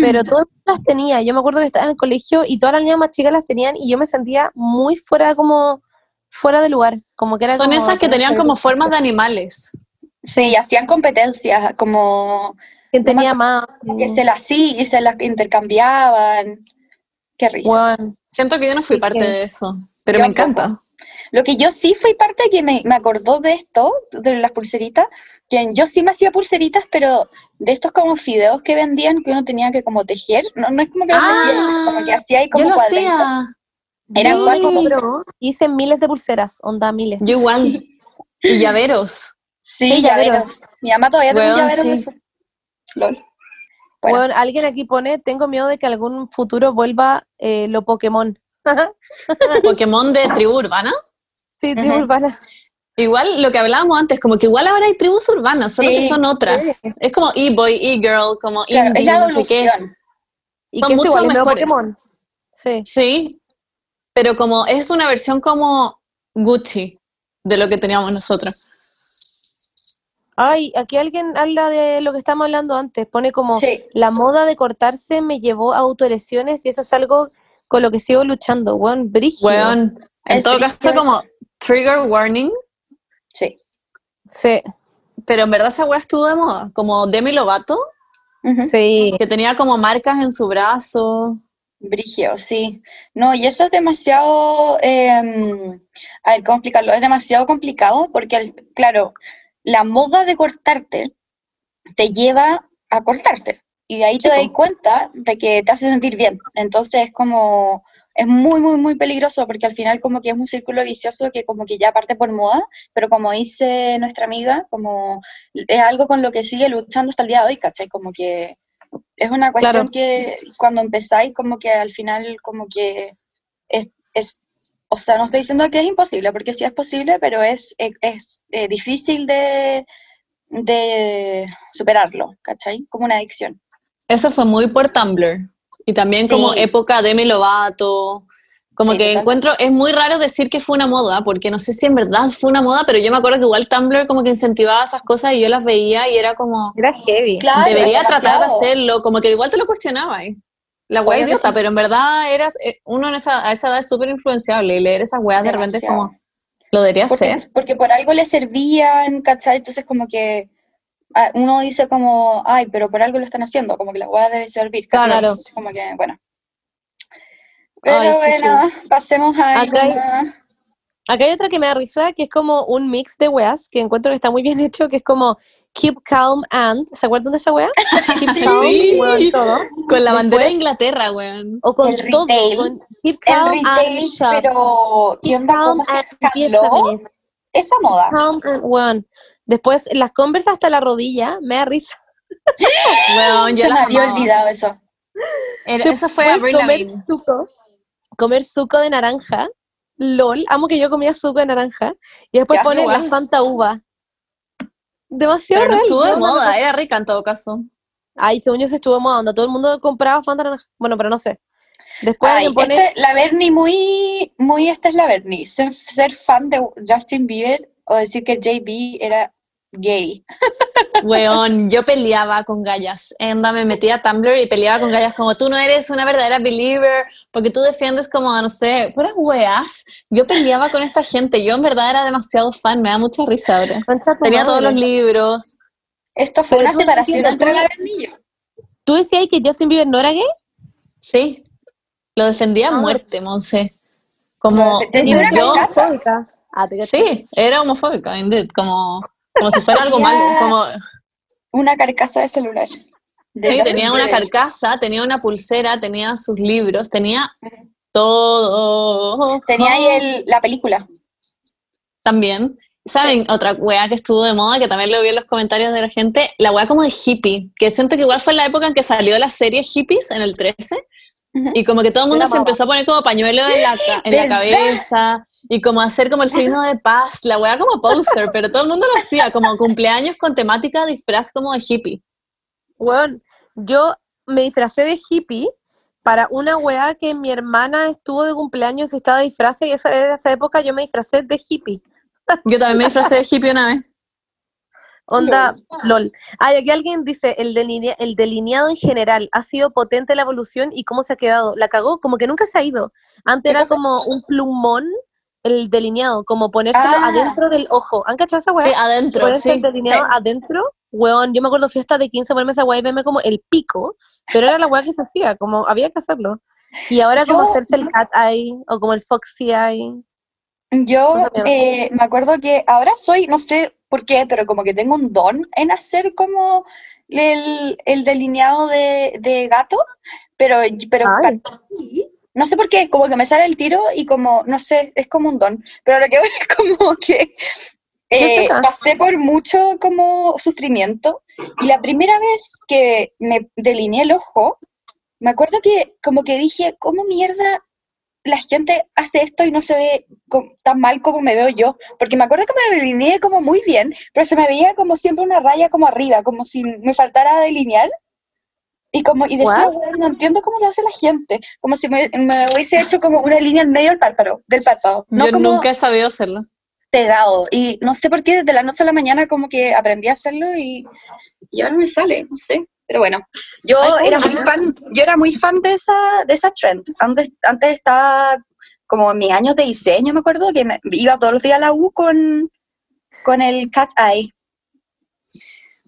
Speaker 1: pero todas las tenía. Yo me acuerdo que estaba en el colegio y todas las niñas más chicas las tenían y yo me sentía muy fuera como fuera de lugar, como que era
Speaker 3: Son
Speaker 1: como-
Speaker 3: esas que tenían como formas de animales.
Speaker 2: Sí, hacían competencias como
Speaker 1: quien tenía más.
Speaker 2: que
Speaker 3: Oh.
Speaker 1: y-
Speaker 2: se las sí y se las intercambiaban. Qué risa.
Speaker 1: Weón.
Speaker 3: Siento que yo no fui
Speaker 2: Sí,
Speaker 3: parte
Speaker 2: que-
Speaker 3: de eso, pero
Speaker 2: Yo
Speaker 3: me encanta.
Speaker 2: Lo que yo sí fui parte que me, me acordó de esto, de las pulseritas, que yo sí me hacía pulseritas, pero de estos como fideos que vendían que uno tenía que como tejer, no, no es como que lo
Speaker 3: Ah,
Speaker 2: tejía, como que hacía ahí
Speaker 3: Yo
Speaker 2: como
Speaker 3: lo
Speaker 2: cuadritos.
Speaker 3: hacía.
Speaker 2: Era
Speaker 3: Sí.
Speaker 2: acuático.
Speaker 1: Hice miles de pulseras, onda miles.
Speaker 3: Yo igual. Y llaveros.
Speaker 2: Sí,
Speaker 1: Sí,
Speaker 2: llaveros.
Speaker 1: llaveros.
Speaker 2: Mi mamá todavía tiene un
Speaker 3: Weón,
Speaker 2: llavero de
Speaker 3: sí.
Speaker 2: eso. Lol. Bueno,
Speaker 1: Weón, alguien aquí pone, tengo miedo de que algún futuro vuelva eh, lo Pokémon.
Speaker 3: Pokémon de tribu urbana.
Speaker 1: sí,
Speaker 2: Ujú.
Speaker 1: tribu urbana.
Speaker 3: Igual lo que hablábamos antes, como que igual ahora hay tribus urbanas, solo que
Speaker 2: Sí.
Speaker 3: son otras. Es como e-boy, e-girl, como
Speaker 2: claro,
Speaker 3: indie,
Speaker 2: es la
Speaker 3: no sé qué.
Speaker 2: evolución.
Speaker 1: Y
Speaker 3: Son
Speaker 1: que es
Speaker 3: mucho
Speaker 1: igual, es medio
Speaker 3: mejores.
Speaker 1: Pokémon. Sí.
Speaker 3: Sí, pero como es una versión como Gucci de lo que teníamos nosotros.
Speaker 1: Ay, aquí alguien habla de lo que estábamos hablando antes. Pone
Speaker 3: Oh.
Speaker 1: como,
Speaker 2: Sí.
Speaker 1: la moda de cortarse me llevó a autolesiones y eso es algo con lo que sigo luchando. Weón, brígido.
Speaker 3: Weón, en
Speaker 2: Es
Speaker 3: todo
Speaker 2: brígido
Speaker 3: caso como trigger warning,
Speaker 2: Sí.
Speaker 1: Sí,
Speaker 3: pero en verdad esa weá estuvo de moda, como Demi Lovato,
Speaker 2: Ujú.
Speaker 1: sí.
Speaker 3: que tenía como marcas en su brazo.
Speaker 2: Brigio, sí. No, y eso es demasiado, em, a ver, ¿cómo explicarlo? Es demasiado complicado porque, al- claro, la moda de cortarte te lleva a cortarte y de ahí te
Speaker 3: Sí,
Speaker 2: das cuenta de que te hace sentir bien. Entonces es como, es muy, muy, muy peligroso porque al final como que es un círculo vicioso que como que ya parte por moda, pero como dice nuestra amiga, como es algo con lo que sigue luchando hasta el día de hoy, ¿cachai? Como que es una cuestión que cuando empezáis, como que al final, como que es, es- o sea, no estoy diciendo que es imposible, porque sí es posible, pero es, es, es, eh, difícil de, de superarlo, ¿cachai? Como una adicción.
Speaker 3: Eso fue muy por Tumblr. Y también
Speaker 2: Sí.
Speaker 3: como época Demi Lovato. Como
Speaker 2: Sí,
Speaker 3: que
Speaker 2: total.
Speaker 3: encuentro, es muy raro decir que fue una moda, porque no sé si en verdad fue una moda, pero yo me acuerdo que igual Tumblr como que incentivaba esas cosas y yo las veía y era como,
Speaker 1: Era heavy.
Speaker 2: Claro, es
Speaker 3: debería tratar de
Speaker 2: demasiado.
Speaker 3: hacerlo, como que igual te lo cuestionaba. ¿eh? La wea
Speaker 2: Obvio que
Speaker 3: idiota,
Speaker 2: sí.
Speaker 3: pero en verdad eras, eh, uno en esa, a esa edad es súper influenciable y leer esas weas de repente es como,
Speaker 2: Demasiado.
Speaker 3: lo debería
Speaker 2: Porque,
Speaker 3: hacer.
Speaker 2: porque por algo le servían, ¿cachai? Entonces como que ah, uno dice como, ay, pero por algo lo están haciendo, como que la guada debe servir, ¿cachai?
Speaker 3: Claro.
Speaker 2: Entonces como que, bueno. Pero
Speaker 1: Ay, qué
Speaker 2: bueno, pasemos a
Speaker 1: Acá hay-
Speaker 2: alguna-
Speaker 1: Acá hay otra que me da risa, que es como un mix de weas, que encuentro que está muy bien hecho, que es como Keep Calm and. ¿Se acuerdan de esa wea? Keep calm,
Speaker 3: Sí.
Speaker 1: weón, todo.
Speaker 3: Con la bandera de
Speaker 1: Después-
Speaker 3: Inglaterra, weón.
Speaker 1: O con
Speaker 2: El
Speaker 1: todo.
Speaker 2: retail.
Speaker 1: con keep calm
Speaker 2: El
Speaker 1: and
Speaker 2: retail,
Speaker 1: shop.
Speaker 2: pero ¿qué
Speaker 1: Keep
Speaker 2: onda?
Speaker 1: calm
Speaker 2: ¿Cómo se
Speaker 1: and be
Speaker 2: jaló
Speaker 1: feminist.
Speaker 2: esa moda?
Speaker 1: Calm and weón. Después, las conversas hasta la rodilla, me da risa.
Speaker 3: Weón,
Speaker 2: Se
Speaker 3: yo
Speaker 2: me
Speaker 3: las
Speaker 2: había
Speaker 3: amaba.
Speaker 2: olvidado eso.
Speaker 3: Era- eso fue
Speaker 1: Puedes
Speaker 3: Avril
Speaker 1: comer
Speaker 3: Lavigne.
Speaker 1: suco. comer suco de naranja. LOL, amo que yo comía suco de naranja. Y después
Speaker 2: Ya,
Speaker 1: ponen
Speaker 3: igual.
Speaker 1: la Fanta uva. Demasiado
Speaker 3: Pero no
Speaker 1: real,
Speaker 3: estuvo de
Speaker 1: ¿no?
Speaker 3: moda, eh. era rica en todo caso.
Speaker 1: Ay, según yo se estuvo de moda, onda todo el mundo compraba Fanta naranja. Bueno, pero no sé. Después
Speaker 2: Ay,
Speaker 1: alguien pone
Speaker 2: este- la Bernie muy, muy esta es la Bernie. Ser, ser fan de Justin Bieber o decir que JB era gay.
Speaker 3: Weón, yo peleaba con gallas. Anda, me metía a Tumblr y peleaba con gallas como tú no eres una verdadera believer, porque tú defiendes como, no sé, puras weas. Yo peleaba con esta gente, yo en verdad era demasiado fan, me da mucha risa ahora.
Speaker 1: Concha tu
Speaker 3: Tenía
Speaker 1: madre.
Speaker 3: todos los libros.
Speaker 2: Esto fue
Speaker 1: Pero
Speaker 2: una
Speaker 1: tú no
Speaker 2: separación
Speaker 1: entiendes,
Speaker 2: entre
Speaker 1: tú-
Speaker 2: la Bernie y yo.
Speaker 1: ¿Tú decías que Justin Bieber no era gay?
Speaker 3: Sí, lo defendía a muerte, Monse. Como
Speaker 2: Tenía una
Speaker 3: yo,
Speaker 2: carcasa.
Speaker 1: Ah, te caché.
Speaker 3: sí, era homofóbica, indeed, como, como si fuera algo malo,
Speaker 2: Ya.
Speaker 3: como
Speaker 2: Una carcasa de celular. De
Speaker 3: sí,
Speaker 2: Justin
Speaker 3: tenía una
Speaker 2: Bieber.
Speaker 3: carcasa, tenía una pulsera, tenía sus libros, tenía todo.
Speaker 2: Tenía ahí el- la película.
Speaker 3: También. ¿Saben? Otra weá que estuvo de moda, que también lo vi en los comentarios de la gente, la weá como de hippie, que siento que igual fue la época en que salió la serie Hippies en el 13,
Speaker 2: Ujú.
Speaker 3: y como que todo el mundo
Speaker 1: la
Speaker 3: se empezó a poner como pañuelos en la, ca- en la
Speaker 2: ¿Verdad?
Speaker 3: cabeza, y como hacer como el signo de paz, la weá como poser, pero todo el mundo lo hacía, como cumpleaños con temática disfraz como de hippie.
Speaker 1: Weón, yo me disfracé de hippie para una weá que mi hermana estuvo de cumpleaños y estaba de disfraz y esa, en esa época yo me disfracé de hippie.
Speaker 3: Yo también me disfrazé de hippie una vez.
Speaker 1: Onda, lol. Ay, aquí alguien dice, el, delinea- el delineado en general ha sido potente la evolución y cómo se ha quedado. La cagó, como que nunca se ha ido. Antes
Speaker 2: ¿Qué
Speaker 1: era
Speaker 2: cosa?
Speaker 1: como un plumón el delineado, como ponérselo
Speaker 2: Ah.
Speaker 1: adentro del ojo. ¿Han cachado esa weá?
Speaker 3: Sí, adentro,
Speaker 1: ponerse
Speaker 3: sí. eh,
Speaker 1: el delineado
Speaker 2: Sí.
Speaker 1: adentro, weón, yo me acuerdo fiesta de 15 ponerme esa weá y verme como el pico, pero era la weá que se hacía, como había que hacerlo. Y ahora como
Speaker 2: Yo-
Speaker 1: hacerse el cat eye o como el foxy eye.
Speaker 2: Yo
Speaker 1: Cosa mía.
Speaker 2: eh, me acuerdo que ahora soy, no sé por qué, pero como que tengo un don en hacer como el, el delineado de, de gato, pero, pero
Speaker 1: Ay.
Speaker 2: no sé por qué, como que me sale el tiro y como, no sé, es como un don, pero lo que voy es como que eh,
Speaker 1: seca.
Speaker 2: pasé por mucho como sufrimiento y la primera vez que me delineé el ojo, me acuerdo que como que dije, ¿cómo mierda la gente hace esto y no se ve co- tan mal como me veo yo? Porque me acuerdo que me lo delineé como muy bien, pero se me veía como siempre una raya como arriba, como si me faltara delinear. Y como y decía,
Speaker 1: What?
Speaker 2: "Weón, no entiendo cómo lo hace la gente, como si me, me hubiese hecho como una línea en medio del párpado, del párpado, no
Speaker 3: Yo
Speaker 2: como
Speaker 3: nunca he sabido hacerlo.
Speaker 2: pegado. Y no sé por qué desde la noche a la mañana como que aprendí a hacerlo y, y ahora me sale, no sé. Pero bueno, yo era muy fan, yo era muy fan de esa, de esa trend. Antes, antes estaba como en mis años de diseño, me acuerdo, que me, iba todos los días a la U con, con el cat eye.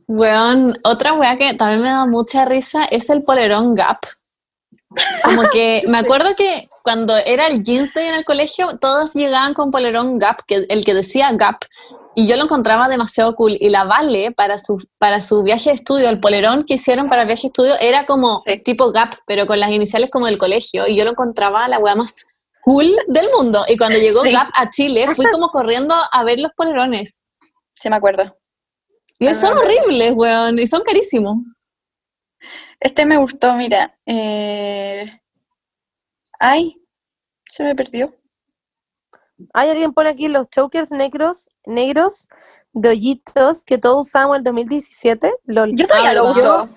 Speaker 3: Weón, otra weá que también me da mucha risa es el polerón gap. Como que me acuerdo que cuando era el jeans day en el colegio, todas llegaban con polerón gap, que, el que decía gap, y yo lo encontraba demasiado cool. Y la Vale, para su, para su viaje de estudio, el polerón que hicieron para el viaje de estudio era como
Speaker 2: Sí.
Speaker 3: tipo gap, pero con las iniciales como del colegio, y yo lo encontraba la weá más cool del mundo. Y cuando llegó
Speaker 2: Sí.
Speaker 3: gap a Chile, fui como corriendo a ver los polerones.
Speaker 2: Sí, me acuerdo.
Speaker 3: Y son horribles, weón, y son carísimos.
Speaker 2: Este me gustó, mira. eh, Ay, se me perdió.
Speaker 1: Hay alguien pone aquí los chokers negros, negros de hoyitos que todos usábamos en el 2017. Lol.
Speaker 2: Yo todavía
Speaker 3: Ah,
Speaker 2: lo
Speaker 3: ¿verdad?
Speaker 2: uso.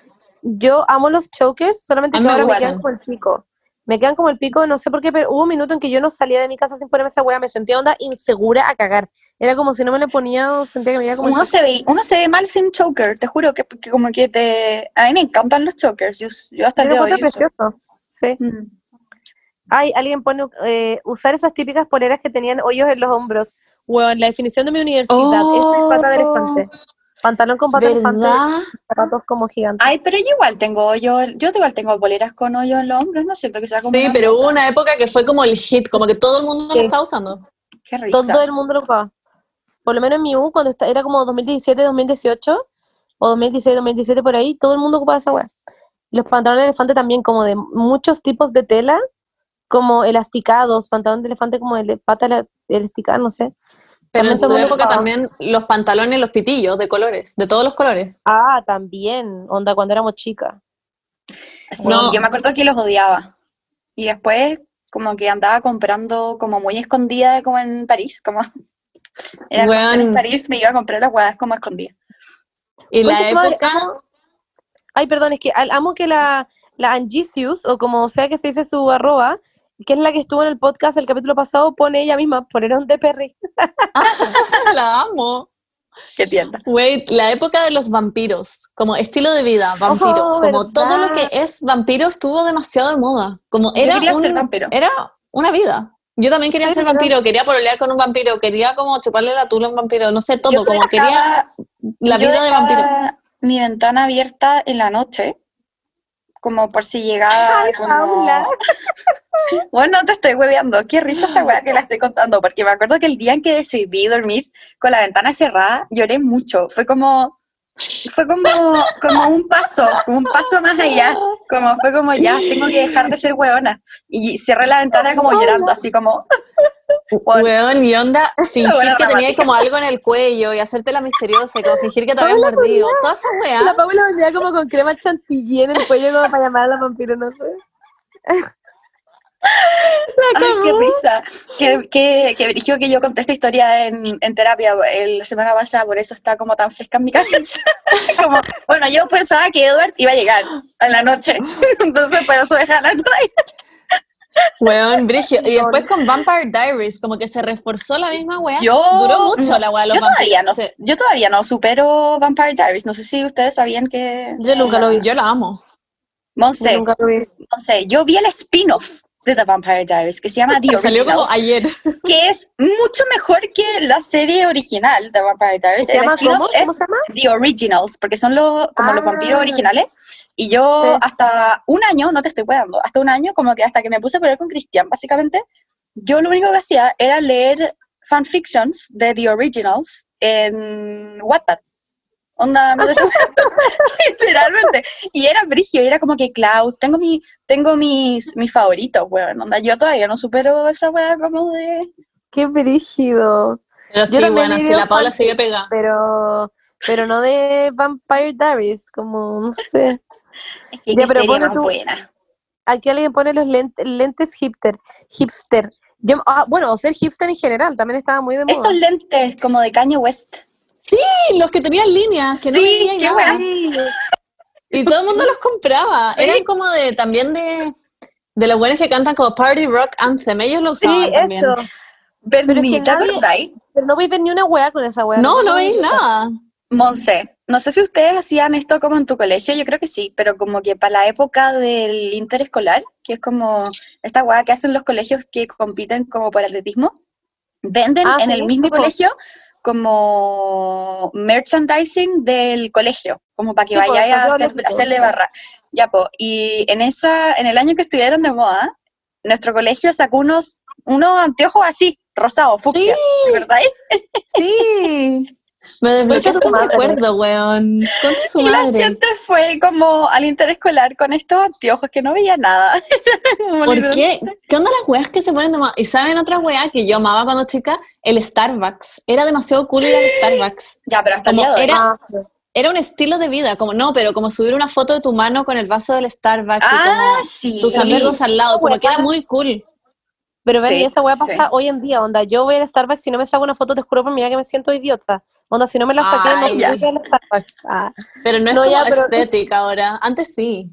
Speaker 1: Yo amo los chokers, solamente
Speaker 3: A
Speaker 1: que
Speaker 3: mí me
Speaker 1: ahora me
Speaker 3: gustan.
Speaker 1: quedan como el pico. Me quedan como el pico, no sé por qué, pero hubo un minuto en que yo no salía de mi casa sin ponerme esa weá, me sentía onda insegura a cagar. Era como si no me la ponía, sentía que me iba como... el
Speaker 2: Uno
Speaker 1: pico.
Speaker 2: se, ve, uno se ve mal sin choker, te juro que, que como que te... A mí me encantan los chokers, yo, yo hasta
Speaker 1: Yo
Speaker 2: el
Speaker 1: lo
Speaker 2: día de hoy
Speaker 1: encuentro
Speaker 2: uso.
Speaker 1: precioso. Sí.
Speaker 2: Mm.
Speaker 1: Ay, alguien pone eh, usar esas típicas poleras que tenían hoyos en los hombros. Weón, la definición de mi universidad.
Speaker 3: Oh.
Speaker 1: Esta es pata de elefante. Pantalón con pata de elefante,
Speaker 3: ¿Verdad?
Speaker 1: zapatos como gigantes.
Speaker 2: Ay, pero yo igual tengo hoyo, yo igual tengo boleras con hoyo en los hombros, no siento que sea como...
Speaker 3: Sí,
Speaker 2: una-
Speaker 3: pero hubo una época que fue como el hit, como que todo el mundo lo
Speaker 1: Sí.
Speaker 3: estaba usando.
Speaker 2: Qué risa.
Speaker 1: Todo el mundo lo usaba. Por lo menos en mi U, cuando esta- era como 2017, 2018, o 2016, 2017, por ahí, todo el mundo ocupaba esa weá. Los pantalones de elefante también, como de muchos tipos de tela, como elasticados, pantalón de elefante como el de pata ela- elasticada, no sé.
Speaker 3: Pero
Speaker 1: También
Speaker 3: en
Speaker 1: todo el
Speaker 3: su
Speaker 1: mundo
Speaker 3: época
Speaker 1: ocupaba.
Speaker 3: también los pantalones, los pitillos de colores, de todos los colores.
Speaker 1: Ah, también, onda, cuando éramos chicas.
Speaker 2: Sí,
Speaker 3: No.
Speaker 2: yo me acuerdo que los odiaba. Y después, como que andaba comprando como muy escondida, como en París, como... Era como
Speaker 3: Weón.
Speaker 2: ser en París me iba a comprar las huevas como escondida.
Speaker 3: Y la
Speaker 1: Concha su madre,
Speaker 3: época,
Speaker 1: amo- Ay, perdón, es que al- amo que la, la Angisius, o como sea que se dice su arroba, que es la que estuvo en el podcast el capítulo pasado, pone ella misma, poneron de perry.
Speaker 3: la amo.
Speaker 2: Qué tienda.
Speaker 3: Wait, la época de los vampiros, como estilo de vida, vampiro,
Speaker 1: Oh,
Speaker 3: como todo lo que
Speaker 1: ¿verdad?
Speaker 3: es vampiro estuvo demasiado de moda, como
Speaker 2: Yo
Speaker 3: era,
Speaker 2: quería ser
Speaker 3: un-
Speaker 2: vampiro.
Speaker 3: era una vida. Yo también quería
Speaker 1: Ay,
Speaker 3: ser
Speaker 1: ¿verdad?
Speaker 3: vampiro, quería pololear con un vampiro, quería como chuparle la tula a un vampiro, no sé, todo,
Speaker 2: Yo
Speaker 3: como quería
Speaker 2: dejaba-
Speaker 3: la
Speaker 2: yo
Speaker 3: vida de
Speaker 2: dejaba
Speaker 3: vampiro.
Speaker 2: Mi ventana abierta en la noche, como por si llegaba como...
Speaker 1: Paula.
Speaker 2: Bueno, te estoy hueveando. Qué risa esta weá que la estoy contando, porque me acuerdo que el día en que decidí dormir con la ventana cerrada, lloré mucho. Fue como... Fue como, como un paso, como un paso más allá. Como fue como ya, tengo que dejar de ser hueona. Y cerré la ventana como llorando, así como... Bueno,
Speaker 3: Weón, y onda, fingir
Speaker 2: buena
Speaker 3: que tenía
Speaker 2: dramática.
Speaker 3: como algo en el cuello y hacerte la misteriosa y como fingir que te habían mordido. Toda esa
Speaker 1: La
Speaker 3: weá.
Speaker 1: Paula dormía como con crema chantilly en el cuello como para llamar a la vampiro, no sé.
Speaker 2: Ay, qué risa. Qué, qué, qué brígido que yo conté esta historia en, en terapia el- la semana pasada, por eso está como tan fresca en mi cabeza. Como, bueno, yo pensaba que Edward iba a llegar en la noche, entonces por eso dejé la traer.
Speaker 3: Weón, Brigio. Y después con Vampire Diaries, como que se reforzó la misma weá.
Speaker 2: Yo-
Speaker 3: Duró mucho la weá de los
Speaker 2: Yo todavía,
Speaker 3: vampiros.
Speaker 2: no,
Speaker 3: sí.
Speaker 2: yo todavía no supero Vampire Diaries, no sé si ustedes sabían que...
Speaker 1: Yo nunca lo vi.
Speaker 3: Yo la amo.
Speaker 2: Monse,
Speaker 1: Nunca lo vi.
Speaker 2: Monse, yo vi el spin-off de The Vampire Diaries, que se llama The
Speaker 3: Me salió como
Speaker 2: Originals,
Speaker 3: ayer.
Speaker 2: que es mucho mejor que la serie original de Vampire Diaries.
Speaker 1: ¿Se
Speaker 2: El
Speaker 1: llama
Speaker 2: spin-off
Speaker 1: cómo?
Speaker 2: es
Speaker 1: ¿Cómo se llama?
Speaker 2: The Originals, porque son los, como los
Speaker 1: Ah.
Speaker 2: vampiros originales. Y yo
Speaker 1: Sí.
Speaker 2: hasta un año, no te estoy cuidando, hasta un año, como que hasta que me puse a pelear con Cristian, básicamente, yo lo único que hacía era leer fanfictions de The Originals en Wattpad. Onda, no te estoy weando, literalmente. Y era brigio, y era como que Klaus, tengo mi, tengo mis, mis favoritos, weón. Onda, yo todavía no supero esa weá como de.
Speaker 1: Qué brígido.
Speaker 3: Pero sí,
Speaker 1: también
Speaker 3: bueno,
Speaker 1: vi
Speaker 3: si
Speaker 1: un
Speaker 3: la Paula
Speaker 1: fanfic.
Speaker 3: sigue pegada.
Speaker 1: Pero, pero no de Vampire Diaries, como, no sé.
Speaker 2: Es que
Speaker 1: Ya,
Speaker 2: qué
Speaker 1: pero
Speaker 2: serie
Speaker 1: ponle
Speaker 2: más
Speaker 1: tú-
Speaker 2: buena.
Speaker 1: Aquí alguien pone los lentes, lentes hipster. Hipster. Yo- ah, bueno, ser hipster en general también estaba muy de moda.
Speaker 2: Esos lentes como de Kanye West.
Speaker 3: Sí, los que tenían
Speaker 1: Ah,
Speaker 3: líneas, que no
Speaker 2: Sí,
Speaker 3: veían
Speaker 2: qué
Speaker 3: nada. Y todo el mundo los compraba. Eran como de, también de, de los buenos que cantan como Party Rock Anthem. Ellos lo
Speaker 1: Sí,
Speaker 3: usaban también.
Speaker 1: eso.
Speaker 2: Berni,
Speaker 1: Pero es que
Speaker 2: ¿te
Speaker 1: nadie-
Speaker 2: acordáis?
Speaker 1: Pero no voy a ver ni una weá con esa weá.
Speaker 3: No,
Speaker 1: voy
Speaker 3: no
Speaker 1: a
Speaker 3: veis
Speaker 1: ver
Speaker 3: nada.
Speaker 2: Monse, no sé si ustedes hacían esto como en tu colegio, yo creo que sí, pero como que para la época del interescolar, que es como esta guada que hacen los colegios que compiten como por atletismo, venden
Speaker 1: Ah,
Speaker 2: en
Speaker 1: sí,
Speaker 2: el mismo
Speaker 1: sí, po.
Speaker 2: colegio como merchandising del colegio, como para que
Speaker 1: Sí, po,
Speaker 2: vayáis a,
Speaker 1: desarrollo
Speaker 2: hacer-
Speaker 1: lógico,
Speaker 2: hacerle
Speaker 1: sí.
Speaker 2: barra. Ya, po, y en esa, en el año que estuvieron de moda, nuestro colegio sacó unos, unos anteojos así, rosados, fucsia, ¿verdad?
Speaker 3: Sí. Me desbloqueaste
Speaker 1: tu
Speaker 3: un
Speaker 1: madre.
Speaker 3: recuerdo, weón. Concha su
Speaker 2: Y la
Speaker 3: madre.
Speaker 2: gente fue como al interescolar con estos anteojos que no veía nada. Como
Speaker 3: ¿Por
Speaker 2: literal.
Speaker 3: qué? ¿Qué onda las weas que se ponen de moda? ¿Y saben otra wea que yo amaba cuando chica? El Starbucks. Era demasiado cool ir al Starbucks.
Speaker 2: Ya, pero hasta el
Speaker 3: Como
Speaker 2: día de hoy.
Speaker 3: era-
Speaker 1: Ah, sí.
Speaker 3: Era un estilo de vida, como no, pero como subir una foto de tu mano con el vaso del Starbucks y
Speaker 2: Ah,
Speaker 3: como
Speaker 2: sí.
Speaker 3: tus amigos al lado, como que era muy cool.
Speaker 1: Pero ven,
Speaker 2: Sí,
Speaker 1: y esa weá
Speaker 2: sí.
Speaker 1: pasa hoy en día, onda. Yo voy al Starbucks, si no me saco una foto, te juro por mi vida que me siento idiota. Onda, si no me la saqué,
Speaker 3: Ay,
Speaker 1: no
Speaker 2: ya.
Speaker 1: fui al Starbucks. Ah.
Speaker 3: Pero no es
Speaker 1: No,
Speaker 3: como
Speaker 1: ya, pero-
Speaker 3: estética ahora. Antes sí.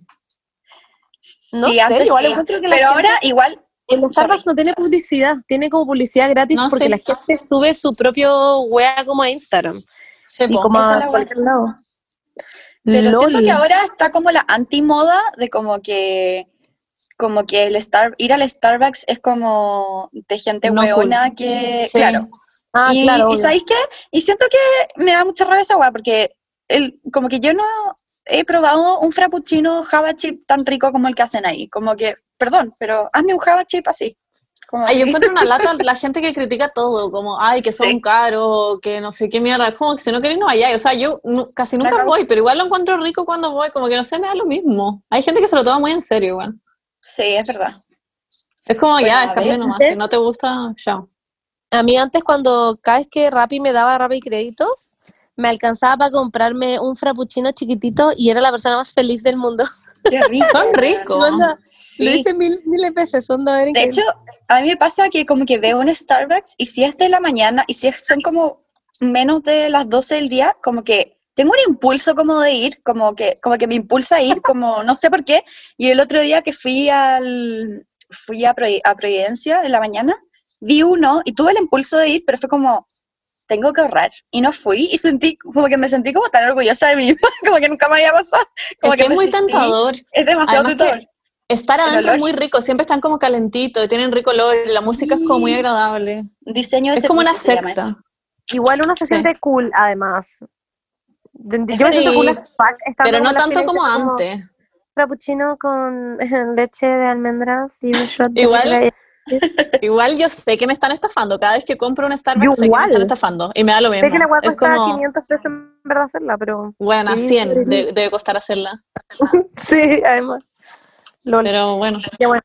Speaker 1: No
Speaker 2: sí,
Speaker 1: sé,
Speaker 2: antes
Speaker 1: igual
Speaker 2: sí.
Speaker 1: encuentro que la
Speaker 2: Pero
Speaker 1: gente-
Speaker 2: ahora igual,
Speaker 1: El Starbucks no tiene publicidad, tiene como publicidad gratis
Speaker 3: No,
Speaker 1: porque
Speaker 3: sí.
Speaker 1: la gente sube su propio weá como a Instagram.
Speaker 3: Sí,
Speaker 1: Y
Speaker 3: po.
Speaker 1: como
Speaker 2: esa es
Speaker 1: a
Speaker 2: la
Speaker 1: cualquier lado.
Speaker 2: pero siento
Speaker 1: Lol.
Speaker 2: que ahora está como la antimoda de como que como que el Star, ir al Starbucks es como de gente
Speaker 3: No cool.
Speaker 2: hueona que
Speaker 3: Sí.
Speaker 2: claro.
Speaker 1: Ah,
Speaker 2: y,
Speaker 1: claro.
Speaker 2: y
Speaker 1: obvio.
Speaker 2: ¿sabéis qué? Y siento que me da mucha rabia esa weá, porque el, como que yo no he probado un frappuccino java chip tan rico como el que hacen ahí. Como que, perdón, pero hazme un java chip así. Como,
Speaker 3: Ay, yo encuentro una lata la gente que critica todo, como, ay, que son
Speaker 2: Sí.
Speaker 3: caros, que no sé qué mierda, es como que si no queréis no vayáis, o sea, yo nu- casi nunca
Speaker 2: Claro.
Speaker 3: voy, pero igual lo encuentro rico cuando voy, como que no sé, me da lo mismo. Hay gente que se lo toma muy en serio, igual.
Speaker 2: sí, es verdad.
Speaker 3: Es como,
Speaker 2: Bueno,
Speaker 3: ya,
Speaker 2: a
Speaker 3: es café
Speaker 2: ver,
Speaker 3: nomás,
Speaker 1: ¿ustedes?
Speaker 3: si no te gusta, chao.
Speaker 1: A mí antes cuando cada vez que Rappi me daba Rappi créditos, me alcanzaba para comprarme un frappuccino chiquitito y era la persona más feliz del mundo.
Speaker 2: Qué rico.
Speaker 3: Son ricos.
Speaker 1: Onda,
Speaker 2: Sí.
Speaker 1: Lo hice mil, miles de veces, onda, era
Speaker 2: De
Speaker 1: increíble.
Speaker 2: hecho, a mí me pasa que como que veo un Starbucks y si es de la mañana y si es- son como menos de las 12 del día, como que tengo un impulso como de ir, como que como que me impulsa a ir, como no sé por qué. Y el otro día que fui al fui a, Provi- a Providencia en la mañana, vi uno y tuve el impulso de ir, pero fue como tengo que ahorrar y no fui y sentí como que me sentí como tan orgullosa de mí, misma, como que nunca me había pasado. Como
Speaker 3: Es que es
Speaker 2: me
Speaker 3: muy
Speaker 2: sentí-
Speaker 3: tentador.
Speaker 2: Es demasiado
Speaker 3: Además que-
Speaker 2: tentador.
Speaker 3: Estar
Speaker 2: El
Speaker 3: adentro es
Speaker 2: olor.
Speaker 3: muy rico, siempre están como calentitos, y tienen rico olor, y la música es como muy
Speaker 2: Sí.
Speaker 3: agradable.
Speaker 2: Diseño de
Speaker 3: Es como una
Speaker 2: servicio se llama eso.
Speaker 3: secta.
Speaker 1: Igual uno se
Speaker 3: Sí.
Speaker 1: siente cool, además. Yo me
Speaker 3: Sí,
Speaker 1: siento cool as fuck, estando como
Speaker 3: Pero no
Speaker 1: en la fila
Speaker 3: tanto
Speaker 1: y
Speaker 3: como
Speaker 1: siento como
Speaker 3: antes.
Speaker 1: Frappuccino con leche de almendras y un shot de
Speaker 3: Igual,
Speaker 1: galleta.
Speaker 3: Igual yo sé que me están estafando. Cada vez que compro un Starbucks sé que me
Speaker 1: Igual.
Speaker 3: están estafando. Y me da lo mismo.
Speaker 1: Sé que la weá
Speaker 3: es
Speaker 1: cuesta
Speaker 3: como,
Speaker 1: 500 pesos en verdad hacerla, pero
Speaker 3: bueno,
Speaker 1: Sí,
Speaker 3: 100 de-
Speaker 1: sí.
Speaker 3: debe costar hacerla.
Speaker 1: sí, además. Lol.
Speaker 3: Pero bueno,
Speaker 1: Ya, bueno.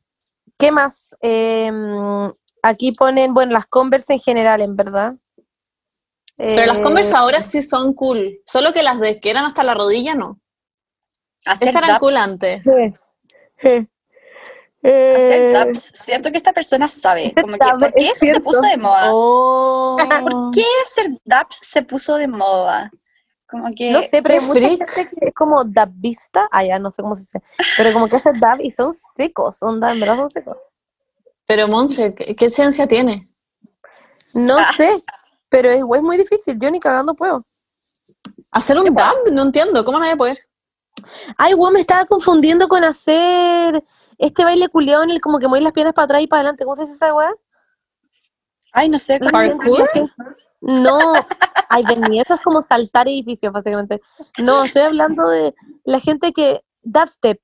Speaker 1: ¿Qué más? Eh, aquí ponen, bueno, las Converse en general, en verdad.
Speaker 3: pero las
Speaker 1: Eh,
Speaker 3: Converse ahora sí son cool. Solo que las de que eran hasta la rodilla no.
Speaker 2: Hacer
Speaker 3: Esas eran
Speaker 2: daps,
Speaker 3: cool antes.
Speaker 1: Eh,
Speaker 3: eh,
Speaker 2: hacer daps. Siento que esta persona sabe, como que,
Speaker 1: sabe,
Speaker 2: ¿por qué
Speaker 1: es
Speaker 2: eso se
Speaker 1: cierto.
Speaker 2: puso de moda?
Speaker 3: Oh,
Speaker 2: qué? Hacer daps se puso de moda. Como que
Speaker 1: No sé, pero hay
Speaker 3: Qué
Speaker 1: mucha
Speaker 3: freak.
Speaker 1: gente que es como dabista, ah, ya no sé cómo se dice, pero como que hace dab y son secos, onda, en verdad son secos.
Speaker 3: Pero Monse, ¿qué, qué ciencia tiene?
Speaker 1: No
Speaker 2: Ah.
Speaker 1: sé, pero es, es muy difícil, yo ni cagando puedo.
Speaker 3: ¿Hacer un dab? No entiendo. ¿Cómo no voy a poder?
Speaker 1: Ay, weón, me estaba confundiendo con hacer este baile culiado en el como que mueves las piernas para atrás y para adelante, ¿cómo se dice esa weá?
Speaker 2: ay, no sé, como-
Speaker 3: ¿Parkour?
Speaker 1: No, ay, vení, eso es como saltar edificios, básicamente. No, estoy hablando de la gente que. Dubstep.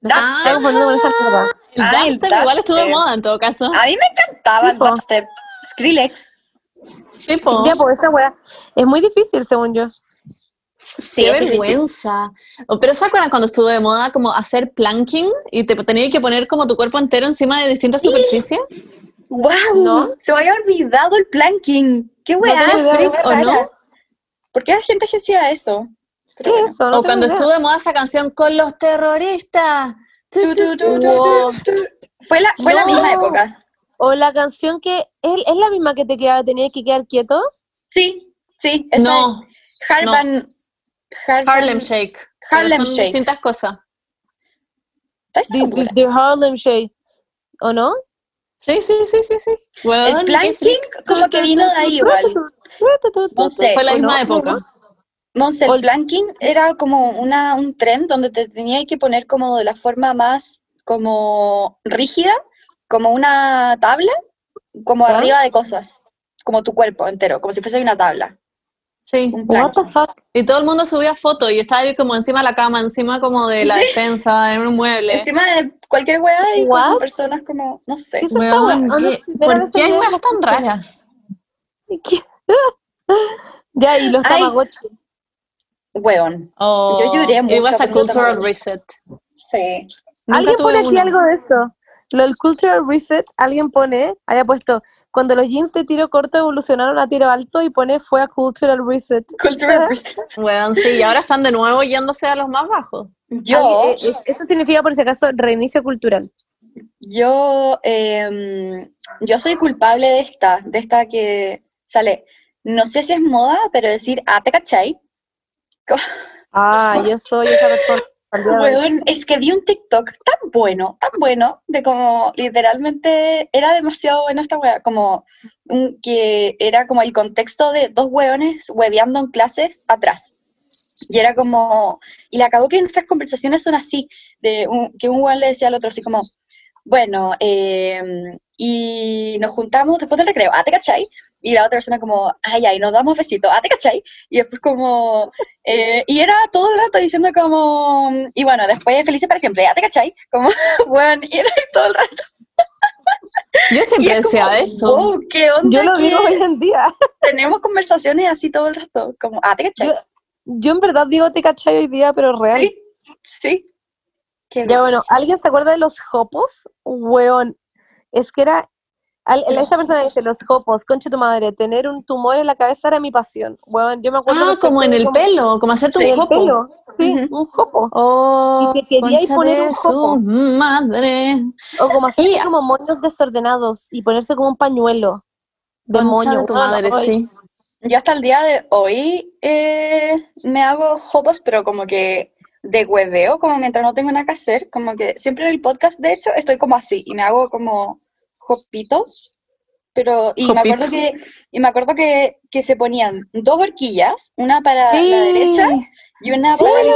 Speaker 1: Me estaba
Speaker 2: Dubstep.
Speaker 1: confundiendo con esa mierda.
Speaker 3: El
Speaker 2: Ah, el
Speaker 3: dubstep igual estuvo de
Speaker 2: dubstep.
Speaker 3: moda en todo caso.
Speaker 1: Ah,
Speaker 2: a mí me encantaba el
Speaker 1: Tipo.
Speaker 2: dubstep, Skrillex.
Speaker 3: Sí, po.
Speaker 1: Ya, pues esa weá. Es muy difícil, según yo.
Speaker 2: Sí,
Speaker 3: Qué
Speaker 2: es difícil.
Speaker 3: vergüenza. O, Pero ¿se acuerdan cuando estuvo de moda como hacer planking y te tenías que poner como tu cuerpo entero encima de distintas superficies?
Speaker 2: Wow,
Speaker 1: ¿No?
Speaker 2: se me había olvidado el planking. Qué
Speaker 3: ¿No
Speaker 2: weá,
Speaker 3: te
Speaker 2: qué
Speaker 3: freak
Speaker 2: weá
Speaker 3: o no?
Speaker 2: rara. ¿Por qué la gente que hacía eso? Pero
Speaker 1: ¿Qué
Speaker 2: bueno.
Speaker 1: es eso? No
Speaker 3: O
Speaker 1: tengo
Speaker 3: cuando
Speaker 1: idea.
Speaker 3: estuvo de moda esa canción con los terroristas. Tu,
Speaker 2: Tu, tu, tu,
Speaker 3: tu,
Speaker 2: tu, tu,
Speaker 3: tu, tu.
Speaker 2: tu. Fue la, fue la
Speaker 1: No.
Speaker 2: misma época.
Speaker 1: O la canción que. ¿Es, es la misma que te quedaba, tenías que quedar quieto?
Speaker 2: Sí, sí, esa
Speaker 3: No,
Speaker 2: Harlem,
Speaker 3: Harlem Shake. Pero
Speaker 2: Harlem
Speaker 3: son
Speaker 2: Shake.
Speaker 3: distintas cosas.
Speaker 2: ¿Estás
Speaker 1: This
Speaker 2: segura?
Speaker 1: is the Harlem Shake. ¿O no?
Speaker 3: Sí, sí, sí, sí, sí. Weón,
Speaker 2: El
Speaker 3: qué
Speaker 2: planking
Speaker 3: freak.
Speaker 2: como que vino de ahí igual. No sé.
Speaker 3: Fue la
Speaker 1: ¿O no?
Speaker 3: misma época.
Speaker 2: Monse,
Speaker 1: O
Speaker 2: el
Speaker 1: el-
Speaker 2: planking era como una, un tren donde te tenía que poner como de la forma más como rígida, como una tabla, como
Speaker 1: ¿Ya?
Speaker 2: arriba de cosas, como tu cuerpo entero, como si fuese una tabla,
Speaker 3: Sí.
Speaker 2: un
Speaker 1: What the
Speaker 2: planking.
Speaker 1: fuck?
Speaker 3: Y todo el mundo subía fotos y estaba ahí como encima de la cama, encima como de la despensa, en un mueble.
Speaker 2: Encima de cualquier weá y
Speaker 1: What?
Speaker 2: como personas como, no sé.
Speaker 1: ¿Qué es esta weá?
Speaker 3: Weón,
Speaker 1: Ah, no,
Speaker 3: ¿qué-
Speaker 1: primera
Speaker 3: ¿por
Speaker 1: vez
Speaker 3: qué
Speaker 1: en
Speaker 3: hay
Speaker 1: mi vida
Speaker 3: weas tan raras?
Speaker 1: Ya, y los
Speaker 2: Ay.
Speaker 1: Tamagotchi.
Speaker 2: Weón.
Speaker 3: Oh,
Speaker 2: lloré mucho
Speaker 3: It was a
Speaker 2: cuando
Speaker 3: cultural
Speaker 2: tomaba
Speaker 3: reset.
Speaker 2: Sí.
Speaker 3: Nunca
Speaker 1: alguien
Speaker 3: tuve
Speaker 1: pone aquí
Speaker 3: uno.
Speaker 1: algo de eso. Lo del Cultural Reset, alguien pone, haya puesto, cuando los jeans de tiro corto evolucionaron a tiro alto y pone fue a Cultural Reset.
Speaker 2: Cultural reset.
Speaker 3: Weón, sí, y ahora están de nuevo yéndose a los más bajos.
Speaker 2: Yo,
Speaker 1: Alguien- eh, eh, eso significa, por si acaso, reinicio cultural.
Speaker 2: Yo, em, yo soy culpable de esta, de esta que sale. No sé si es moda, pero decir, ah, te cachai.
Speaker 1: Ah, yo soy esa persona. al día de hoy.
Speaker 2: Weón, es que vi un TikTok tan bueno, tan bueno, de como literalmente era demasiado buena esta wea, como un- que era como el contexto de dos weones hueveando en clases atrás. Y era como, y la acabó que nuestras conversaciones son así, de un- que un weón le decía al otro así como, bueno, em, y nos juntamos después del recreo, ah, te cachai, y la otra persona como, ay, ay, nos damos besitos, ah, te cachai, y después como, eh, y era todo el rato diciendo como, y bueno, después felices para siempre, ah, te cachai, como, bueno, y era todo el rato,
Speaker 3: Yo
Speaker 2: y
Speaker 3: siempre
Speaker 2: es como,
Speaker 3: decía eso. Ah,
Speaker 2: wow, qué onda
Speaker 1: Yo lo
Speaker 2: que
Speaker 1: digo hoy en día.
Speaker 2: tenemos conversaciones así todo el rato, como, ah, te cachai,
Speaker 1: Yo- Yo en verdad digo te cachai hoy día, pero real.
Speaker 2: sí, sí, qué
Speaker 1: Ya bueno, ¿alguien se acuerda de los hopos? Weón. Es que era Al, el- esa persona dice, los jopos, conche tu madre, tener un tumor en la cabeza era mi pasión. Weón, yo me acuerdo...
Speaker 3: Ah,
Speaker 1: perfecto
Speaker 3: como en
Speaker 1: de
Speaker 3: el
Speaker 1: cómo-
Speaker 3: pelo, como hacerte
Speaker 1: en
Speaker 3: un
Speaker 1: el
Speaker 3: jopo.
Speaker 1: pelo, Sí, un jopo.
Speaker 3: Oh,
Speaker 1: Y te quería ir
Speaker 3: concha
Speaker 1: poner
Speaker 3: de
Speaker 1: un jopo.
Speaker 3: su madre.
Speaker 1: O como hacer
Speaker 3: Y-
Speaker 1: como moños desordenados y ponerse como un pañuelo de
Speaker 3: Concha
Speaker 1: moño.
Speaker 3: de tu
Speaker 1: weón,
Speaker 3: madre,
Speaker 1: ay,
Speaker 3: sí.
Speaker 2: Yo hasta el día de hoy eh, me hago hopos, pero como que de hueveo, como mientras no tengo nada que hacer, como que siempre en el podcast, de hecho, estoy como así y me hago como hopitos. Pero, y me acuerdo
Speaker 3: Hopitos.
Speaker 2: que, y me acuerdo que, que se ponían dos horquillas, una para la derecha y una
Speaker 3: Sí.
Speaker 2: para la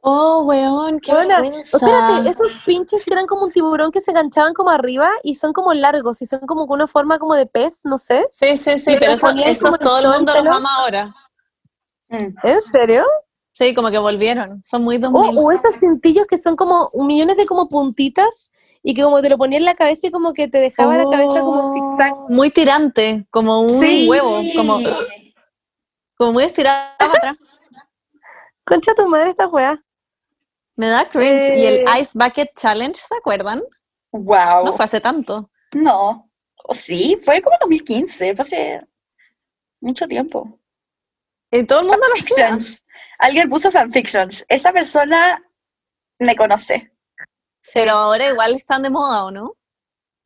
Speaker 3: Oh, weón, qué
Speaker 1: Weona,
Speaker 3: vergüenza.
Speaker 1: espérate, esos pinches que eran como un tiburón que se enganchaban como arriba y son como largos y son como con una forma como de pez, no sé.
Speaker 3: Sí, sí, sí,
Speaker 1: Pero
Speaker 3: pero eso,
Speaker 1: ponían
Speaker 3: esos
Speaker 1: como
Speaker 3: todo el mundo los
Speaker 1: tontelos.
Speaker 3: ama ahora.
Speaker 2: Mm,
Speaker 1: ¿En serio?
Speaker 3: Sí, como que volvieron. Son muy 2000.
Speaker 1: O, o esos cintillos que son como millones de como puntitas y que como te lo ponía en la cabeza y como que te dejaba la cabeza
Speaker 2: Oh.
Speaker 1: como zigzag.
Speaker 3: Muy tirante, como
Speaker 2: Mm.
Speaker 3: un huevo, como,
Speaker 2: Sí.
Speaker 3: como muy estirado atrás.
Speaker 1: Concha tu madre esta weá.
Speaker 3: Me da cringe. Y el
Speaker 1: Eh.
Speaker 3: Ice Bucket Challenge, ¿se acuerdan?
Speaker 2: Wow.
Speaker 3: No fue hace tanto.
Speaker 2: No. O sí, fue como 2015, fue hace mucho tiempo.
Speaker 3: Y todo el mundo lo hacía.
Speaker 2: Fanfictions. Alguien puso fanfictions. Esa persona me conoce.
Speaker 3: Pero ahora igual están de moda, ¿o no?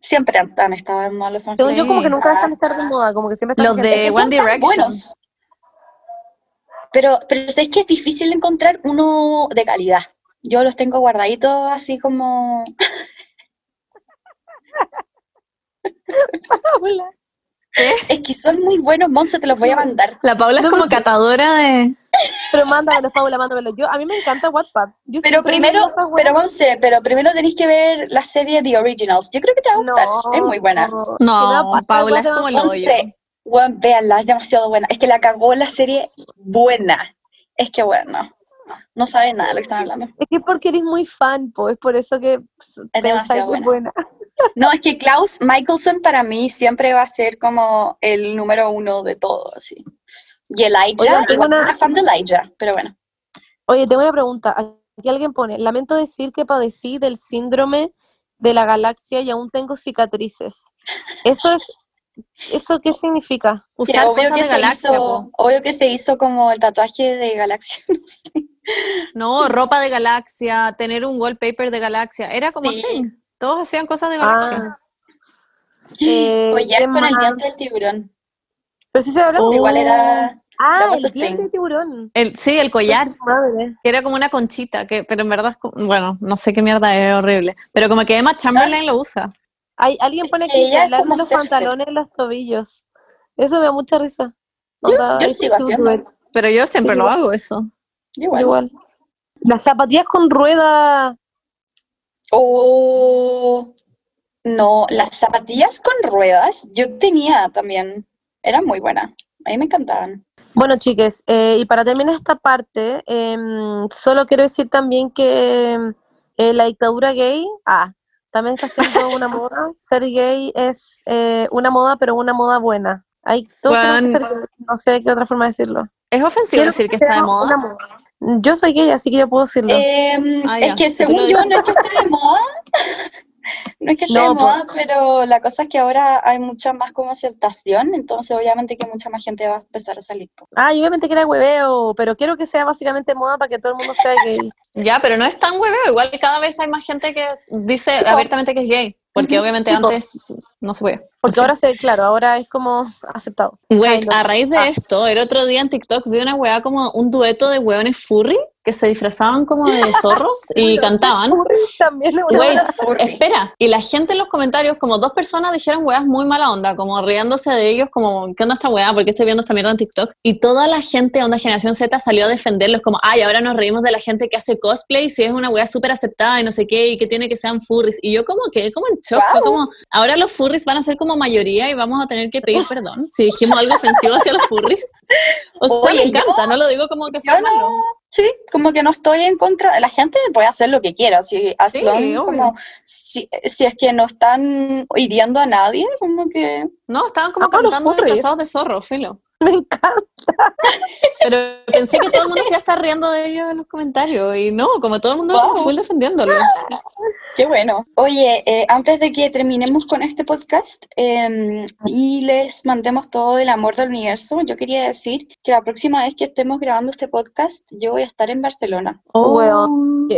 Speaker 2: Siempre han, han estado en malos fanfictions.
Speaker 1: Según yo como
Speaker 3: Sí.
Speaker 1: que nunca dejan de Eh, estar de moda, como que siempre están
Speaker 3: Los
Speaker 1: vigentes.
Speaker 3: de
Speaker 2: que son
Speaker 3: One
Speaker 2: tan
Speaker 3: Direction.
Speaker 2: buenos. Pero, pero sé que es difícil encontrar uno de calidad. Yo los tengo guardaditos así como...
Speaker 1: Hola.
Speaker 2: Es que son muy buenos, Monse, te los voy a mandar.
Speaker 3: La Paula es
Speaker 1: No,
Speaker 3: como
Speaker 1: pero-
Speaker 3: catadora de.
Speaker 1: Pero mándamelo, Paula, mándamelo. Yo, a mí me encanta WhatsApp. Yo
Speaker 2: Pero
Speaker 1: siempre
Speaker 2: primero,
Speaker 1: leo esas weas.
Speaker 2: pero Monse, pero primero tenéis que ver la serie The Originals. Yo creo que te va a gustar, es muy buena.
Speaker 1: No,
Speaker 3: No,
Speaker 1: aparte,
Speaker 3: Paula
Speaker 1: weas
Speaker 3: es
Speaker 1: de
Speaker 3: como el
Speaker 1: Van Gogh.
Speaker 3: hoyo.
Speaker 2: Once. Bueno, véanla, es demasiado buena. Es que la cagó la serie buena. Es que bueno, no saben nada de lo que están hablando.
Speaker 1: Es que porque eres muy fan, po, es por eso que pensáis
Speaker 2: demasiado
Speaker 1: que es buena.
Speaker 2: No, es que Klaus Michelson para mí siempre va a ser como el número uno de todo, así. Y Elijah,
Speaker 1: Oigan, tengo
Speaker 2: igual
Speaker 1: una-
Speaker 2: soy una fan de Elijah, pero bueno.
Speaker 1: Oye, tengo una pregunta. Aquí alguien pone, lamento decir que padecí del síndrome de la galaxia y aún tengo cicatrices. ¿Eso es, eso qué significa?
Speaker 2: Que
Speaker 3: Usar
Speaker 2: obvio,
Speaker 3: cosas
Speaker 2: que
Speaker 3: de
Speaker 2: se
Speaker 3: galaxia,
Speaker 2: hizo,
Speaker 3: po.
Speaker 2: obvio que se hizo como el tatuaje de galaxia, no sé.
Speaker 3: No, ropa de galaxia, tener un wallpaper de galaxia. Era como
Speaker 2: Sí. Ah.
Speaker 3: así. Todos hacían cosas de
Speaker 1: Ah,
Speaker 3: galaxia.
Speaker 1: Eh,
Speaker 2: Collar
Speaker 1: ¿qué
Speaker 2: Pues con el
Speaker 1: más?
Speaker 2: diente del tiburón.
Speaker 1: Pero sí se habló.
Speaker 3: Oh,
Speaker 2: Igual era... that
Speaker 1: ah,
Speaker 2: was
Speaker 1: el
Speaker 2: a
Speaker 1: diente
Speaker 2: thing.
Speaker 1: de tiburón.
Speaker 3: El, sí, el collar,
Speaker 1: Madre.
Speaker 3: que era como una conchita, que, pero en verdad, es como- bueno, no sé qué mierda es horrible. Pero como que Emma Chamberlain lo usa.
Speaker 1: Hay, alguien pone
Speaker 2: que
Speaker 1: que
Speaker 2: ella es
Speaker 1: inflar
Speaker 2: como
Speaker 1: los
Speaker 2: surfer.
Speaker 1: pantalones en los tobillos. Eso me da mucha risa. Onda,
Speaker 2: yo
Speaker 1: ahí
Speaker 2: sigo
Speaker 1: con su
Speaker 2: haciendo.
Speaker 1: juguete,
Speaker 3: Pero yo siempre
Speaker 1: Sí,
Speaker 3: lo
Speaker 1: igual.
Speaker 3: hago eso.
Speaker 2: Igual.
Speaker 1: Igual. Las zapatillas con rueda.
Speaker 2: Oh, no, las zapatillas con ruedas yo tenía también, eran muy buenas, a mí me encantaban.
Speaker 1: Bueno, chiques, eh, y para terminar esta parte, em, solo quiero decir también que em, eh, la dictadura gay, ah, también está siendo una moda. Ser gay es eh, una moda, pero una moda buena. Hay todos tenemos que
Speaker 3: Juan.
Speaker 1: ser gays, no sé qué otra forma de decirlo.
Speaker 3: Es ofensivo
Speaker 1: Quiero
Speaker 3: decir que está de
Speaker 1: sea una
Speaker 3: moda.
Speaker 1: moda. Yo soy gay, así que yo puedo decirlo.
Speaker 2: Em,
Speaker 3: Ah,
Speaker 2: es
Speaker 3: ya,
Speaker 2: que
Speaker 3: si tú
Speaker 2: según
Speaker 3: lo
Speaker 2: yo
Speaker 3: dices.
Speaker 2: no es que esté de moda, no es que esté
Speaker 1: No,
Speaker 2: de
Speaker 1: po.
Speaker 2: moda,
Speaker 3: pues.
Speaker 2: pero la cosa es que ahora hay mucha más como aceptación, entonces obviamente que mucha más gente va a empezar a salir. pues. po.
Speaker 1: Ah, y obviamente que era hueveo, pero quiero que sea básicamente moda para que todo el mundo sea gay.
Speaker 3: Ya, pero no es tan hueveo. Igual cada vez hay más gente que es- dice abiertamente que es gay. Porque obviamente antes no se podía.
Speaker 1: Porque ahora se, claro, ahora es como aceptado.
Speaker 3: Wait,
Speaker 1: Ay, no.
Speaker 3: a raíz de
Speaker 1: Ah.
Speaker 3: esto, el otro día en TikTok vi una weá como un dueto de weones furry que se disfrazaban como de zorros y cantaban.
Speaker 1: Furry También es una
Speaker 3: Wait,
Speaker 1: moda.
Speaker 3: espera. Y la gente en los comentarios, como dos personas dijeron weas muy mala onda, como riéndose de ellos, como, ¿qué onda esta weá? ¿Por qué estoy viendo esta mierda en TikTok? Y toda la gente, onda Generación Z, salió a defenderlos, como, ay, ahora nos reímos de la gente que hace cosplay, si es una weá súper aceptada y no sé qué, y que tiene que sean furries. Y yo, como que, como en shock, fue como, ahora los furries van a ser como mayoría y vamos a tener que pedir perdón si dijimos algo ofensivo hacia los furries. O sea,
Speaker 2: Oye,
Speaker 3: me encanta,
Speaker 2: yo-
Speaker 3: no lo digo como que
Speaker 2: Yo
Speaker 3: sea malo.
Speaker 2: no, sí, como que no estoy en contra, la gente puede hacer lo que quiera, si, as
Speaker 3: Sí,
Speaker 2: long
Speaker 3: obvio.
Speaker 2: como, si, si es que no están hiriendo a nadie, como que...
Speaker 3: No, estaban como
Speaker 1: Amo los
Speaker 3: cantando
Speaker 1: furries.
Speaker 3: disfrazados de zorro, filo.
Speaker 1: Me encanta.
Speaker 3: Pero pensé que todo el mundo se iba a estar riendo de ellos en los comentarios y no, como todo el mundo como
Speaker 2: Wow.
Speaker 3: full defendiéndolos.
Speaker 2: Qué bueno. Oye, eh, antes de que terminemos con este podcast eh, y les mandemos todo el amor del universo, yo quería decir que la próxima vez que estemos grabando este podcast, yo voy a estar en Barcelona.
Speaker 1: Oh, weón.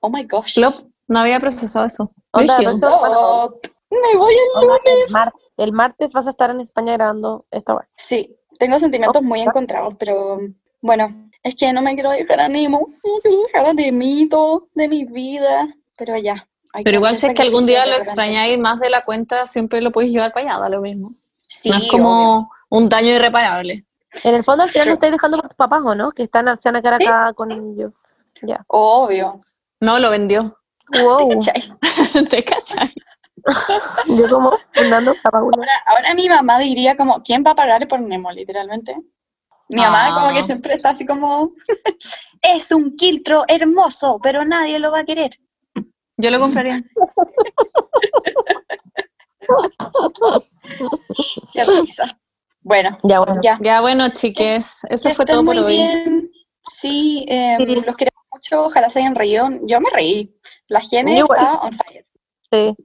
Speaker 2: Oh my gosh.
Speaker 3: Club, no había procesado eso.
Speaker 1: Onda,
Speaker 3: Brígido.
Speaker 1: próxima semana, weón.
Speaker 2: Oh, me voy el
Speaker 1: Onda,
Speaker 2: lunes.
Speaker 1: el, mar- el martes vas a estar en España grabando esta weá.
Speaker 2: Sí, tengo sentimientos muy encontrados, pero bueno, es que no me quiero dejar a Nemo, no quiero dejar a Nemito de mi vida, pero ya. hay
Speaker 3: Pero igual si
Speaker 2: hacer
Speaker 3: es que algún día lo
Speaker 2: sacrificios de repente.
Speaker 3: extrañáis más de la cuenta, siempre lo podéis llevar para allá, da lo mismo.
Speaker 2: Sí,
Speaker 3: no es como un daño irreparable.
Speaker 1: En el fondo, al final
Speaker 2: Sure.
Speaker 1: lo estáis dejando por tus papás, ¿o no? Que están, a- se van a quedar
Speaker 2: Sí.
Speaker 1: acá con yo.
Speaker 2: obvio.
Speaker 3: No, lo vendió.
Speaker 1: Wow.
Speaker 2: obvio. ¿Cachai?
Speaker 3: ¿Te cachai?
Speaker 1: yo como fundando papá uno.
Speaker 2: Ahora, ahora mi mamá diría como, ¿quién va a pagar por Nemo, literalmente? Mi mamá
Speaker 3: Ah.
Speaker 2: como que siempre está así como, es un quiltro hermoso, pero nadie lo va a querer.
Speaker 3: Yo lo compraría.
Speaker 2: Qué risa. Bueno,
Speaker 1: Ya, bueno.
Speaker 2: ya.
Speaker 3: Ya bueno, chiques, eso
Speaker 2: Que
Speaker 3: fue
Speaker 2: estén
Speaker 3: todo por
Speaker 2: muy
Speaker 3: hoy.
Speaker 2: bien. Sí, eh,
Speaker 1: Sí.
Speaker 2: los queremos mucho. Ojalá se hayan reído. Yo me reí. La higiene
Speaker 1: Yo igual.
Speaker 2: está on fire.
Speaker 1: Sí.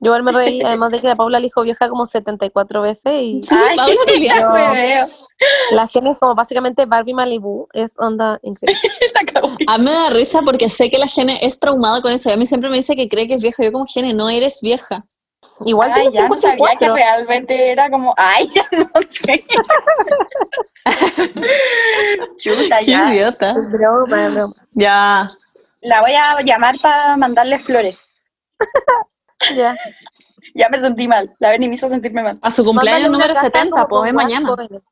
Speaker 1: Yo igual me reí, además de que la Paula le dijo vieja como 74 veces y
Speaker 3: Sí,
Speaker 2: Ay,
Speaker 3: Paula Julián.
Speaker 2: ya me veo.
Speaker 1: la gente es como básicamente Barbie Malibu, es onda increíble.
Speaker 2: La acabo.
Speaker 3: A mí me da risa porque sé que la Gene es traumada con eso. Y a mí siempre me dice que cree que es vieja. Yo como Gene, no eres vieja.
Speaker 1: Igual
Speaker 2: Ay,
Speaker 1: tiene
Speaker 2: ya no sabía que
Speaker 1: 54.
Speaker 2: realmente era como. Ay, ya no sé. Chuta, ya.
Speaker 3: idiota.
Speaker 1: Es broma, es broma.
Speaker 3: Ya.
Speaker 2: La voy a llamar para mandarle flores.
Speaker 1: Ya.
Speaker 2: Ya me sentí mal. La Beni me hizo sentirme mal.
Speaker 3: A su cumpleaños
Speaker 1: Mándale una
Speaker 3: número
Speaker 1: carta
Speaker 3: 70,
Speaker 1: como
Speaker 3: pues
Speaker 1: con
Speaker 3: es
Speaker 1: más
Speaker 3: mañana.
Speaker 1: jóvenes.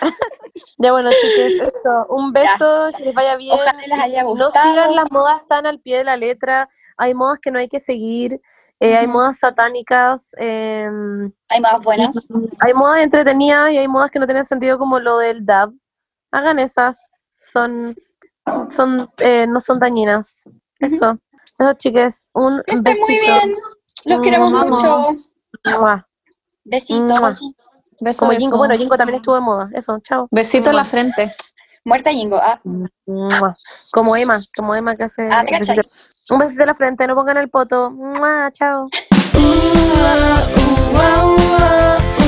Speaker 1: ya bueno, chicas, eso. Un beso, que les vaya bien.
Speaker 2: Ojalá les haya
Speaker 1: No
Speaker 2: gustado.
Speaker 1: sigan las modas tan al pie de la letra. Hay modas que no hay que seguir. eh, Hay
Speaker 2: Ujú.
Speaker 1: modas satánicas. em,
Speaker 2: Hay más buenas.
Speaker 1: hay modas entretenidas y hay modas que no tienen sentido como lo del dab. Hagan esas. Son, son, eh, no son dañinas. Eso. Eso, chiques. Un
Speaker 2: Que estén
Speaker 1: besito.
Speaker 2: muy bien. Los queremos
Speaker 1: Mua.
Speaker 2: mucho.
Speaker 1: Mua. Mua.
Speaker 2: Besitos.
Speaker 3: Beso,
Speaker 1: Como
Speaker 3: beso.
Speaker 1: Jingo. Bueno, Jingo también estuvo de moda. Eso, chao.
Speaker 3: Besito en la frente.
Speaker 2: Muerta Jingo. Ah,
Speaker 1: Mua. Como Emma. Como Emma que hace.
Speaker 2: Ah,
Speaker 1: un
Speaker 2: te cachai.
Speaker 1: besito- Un besito en la frente. No pongan el poto. Mua, chao.
Speaker 3: Uh, uh, uh, uh,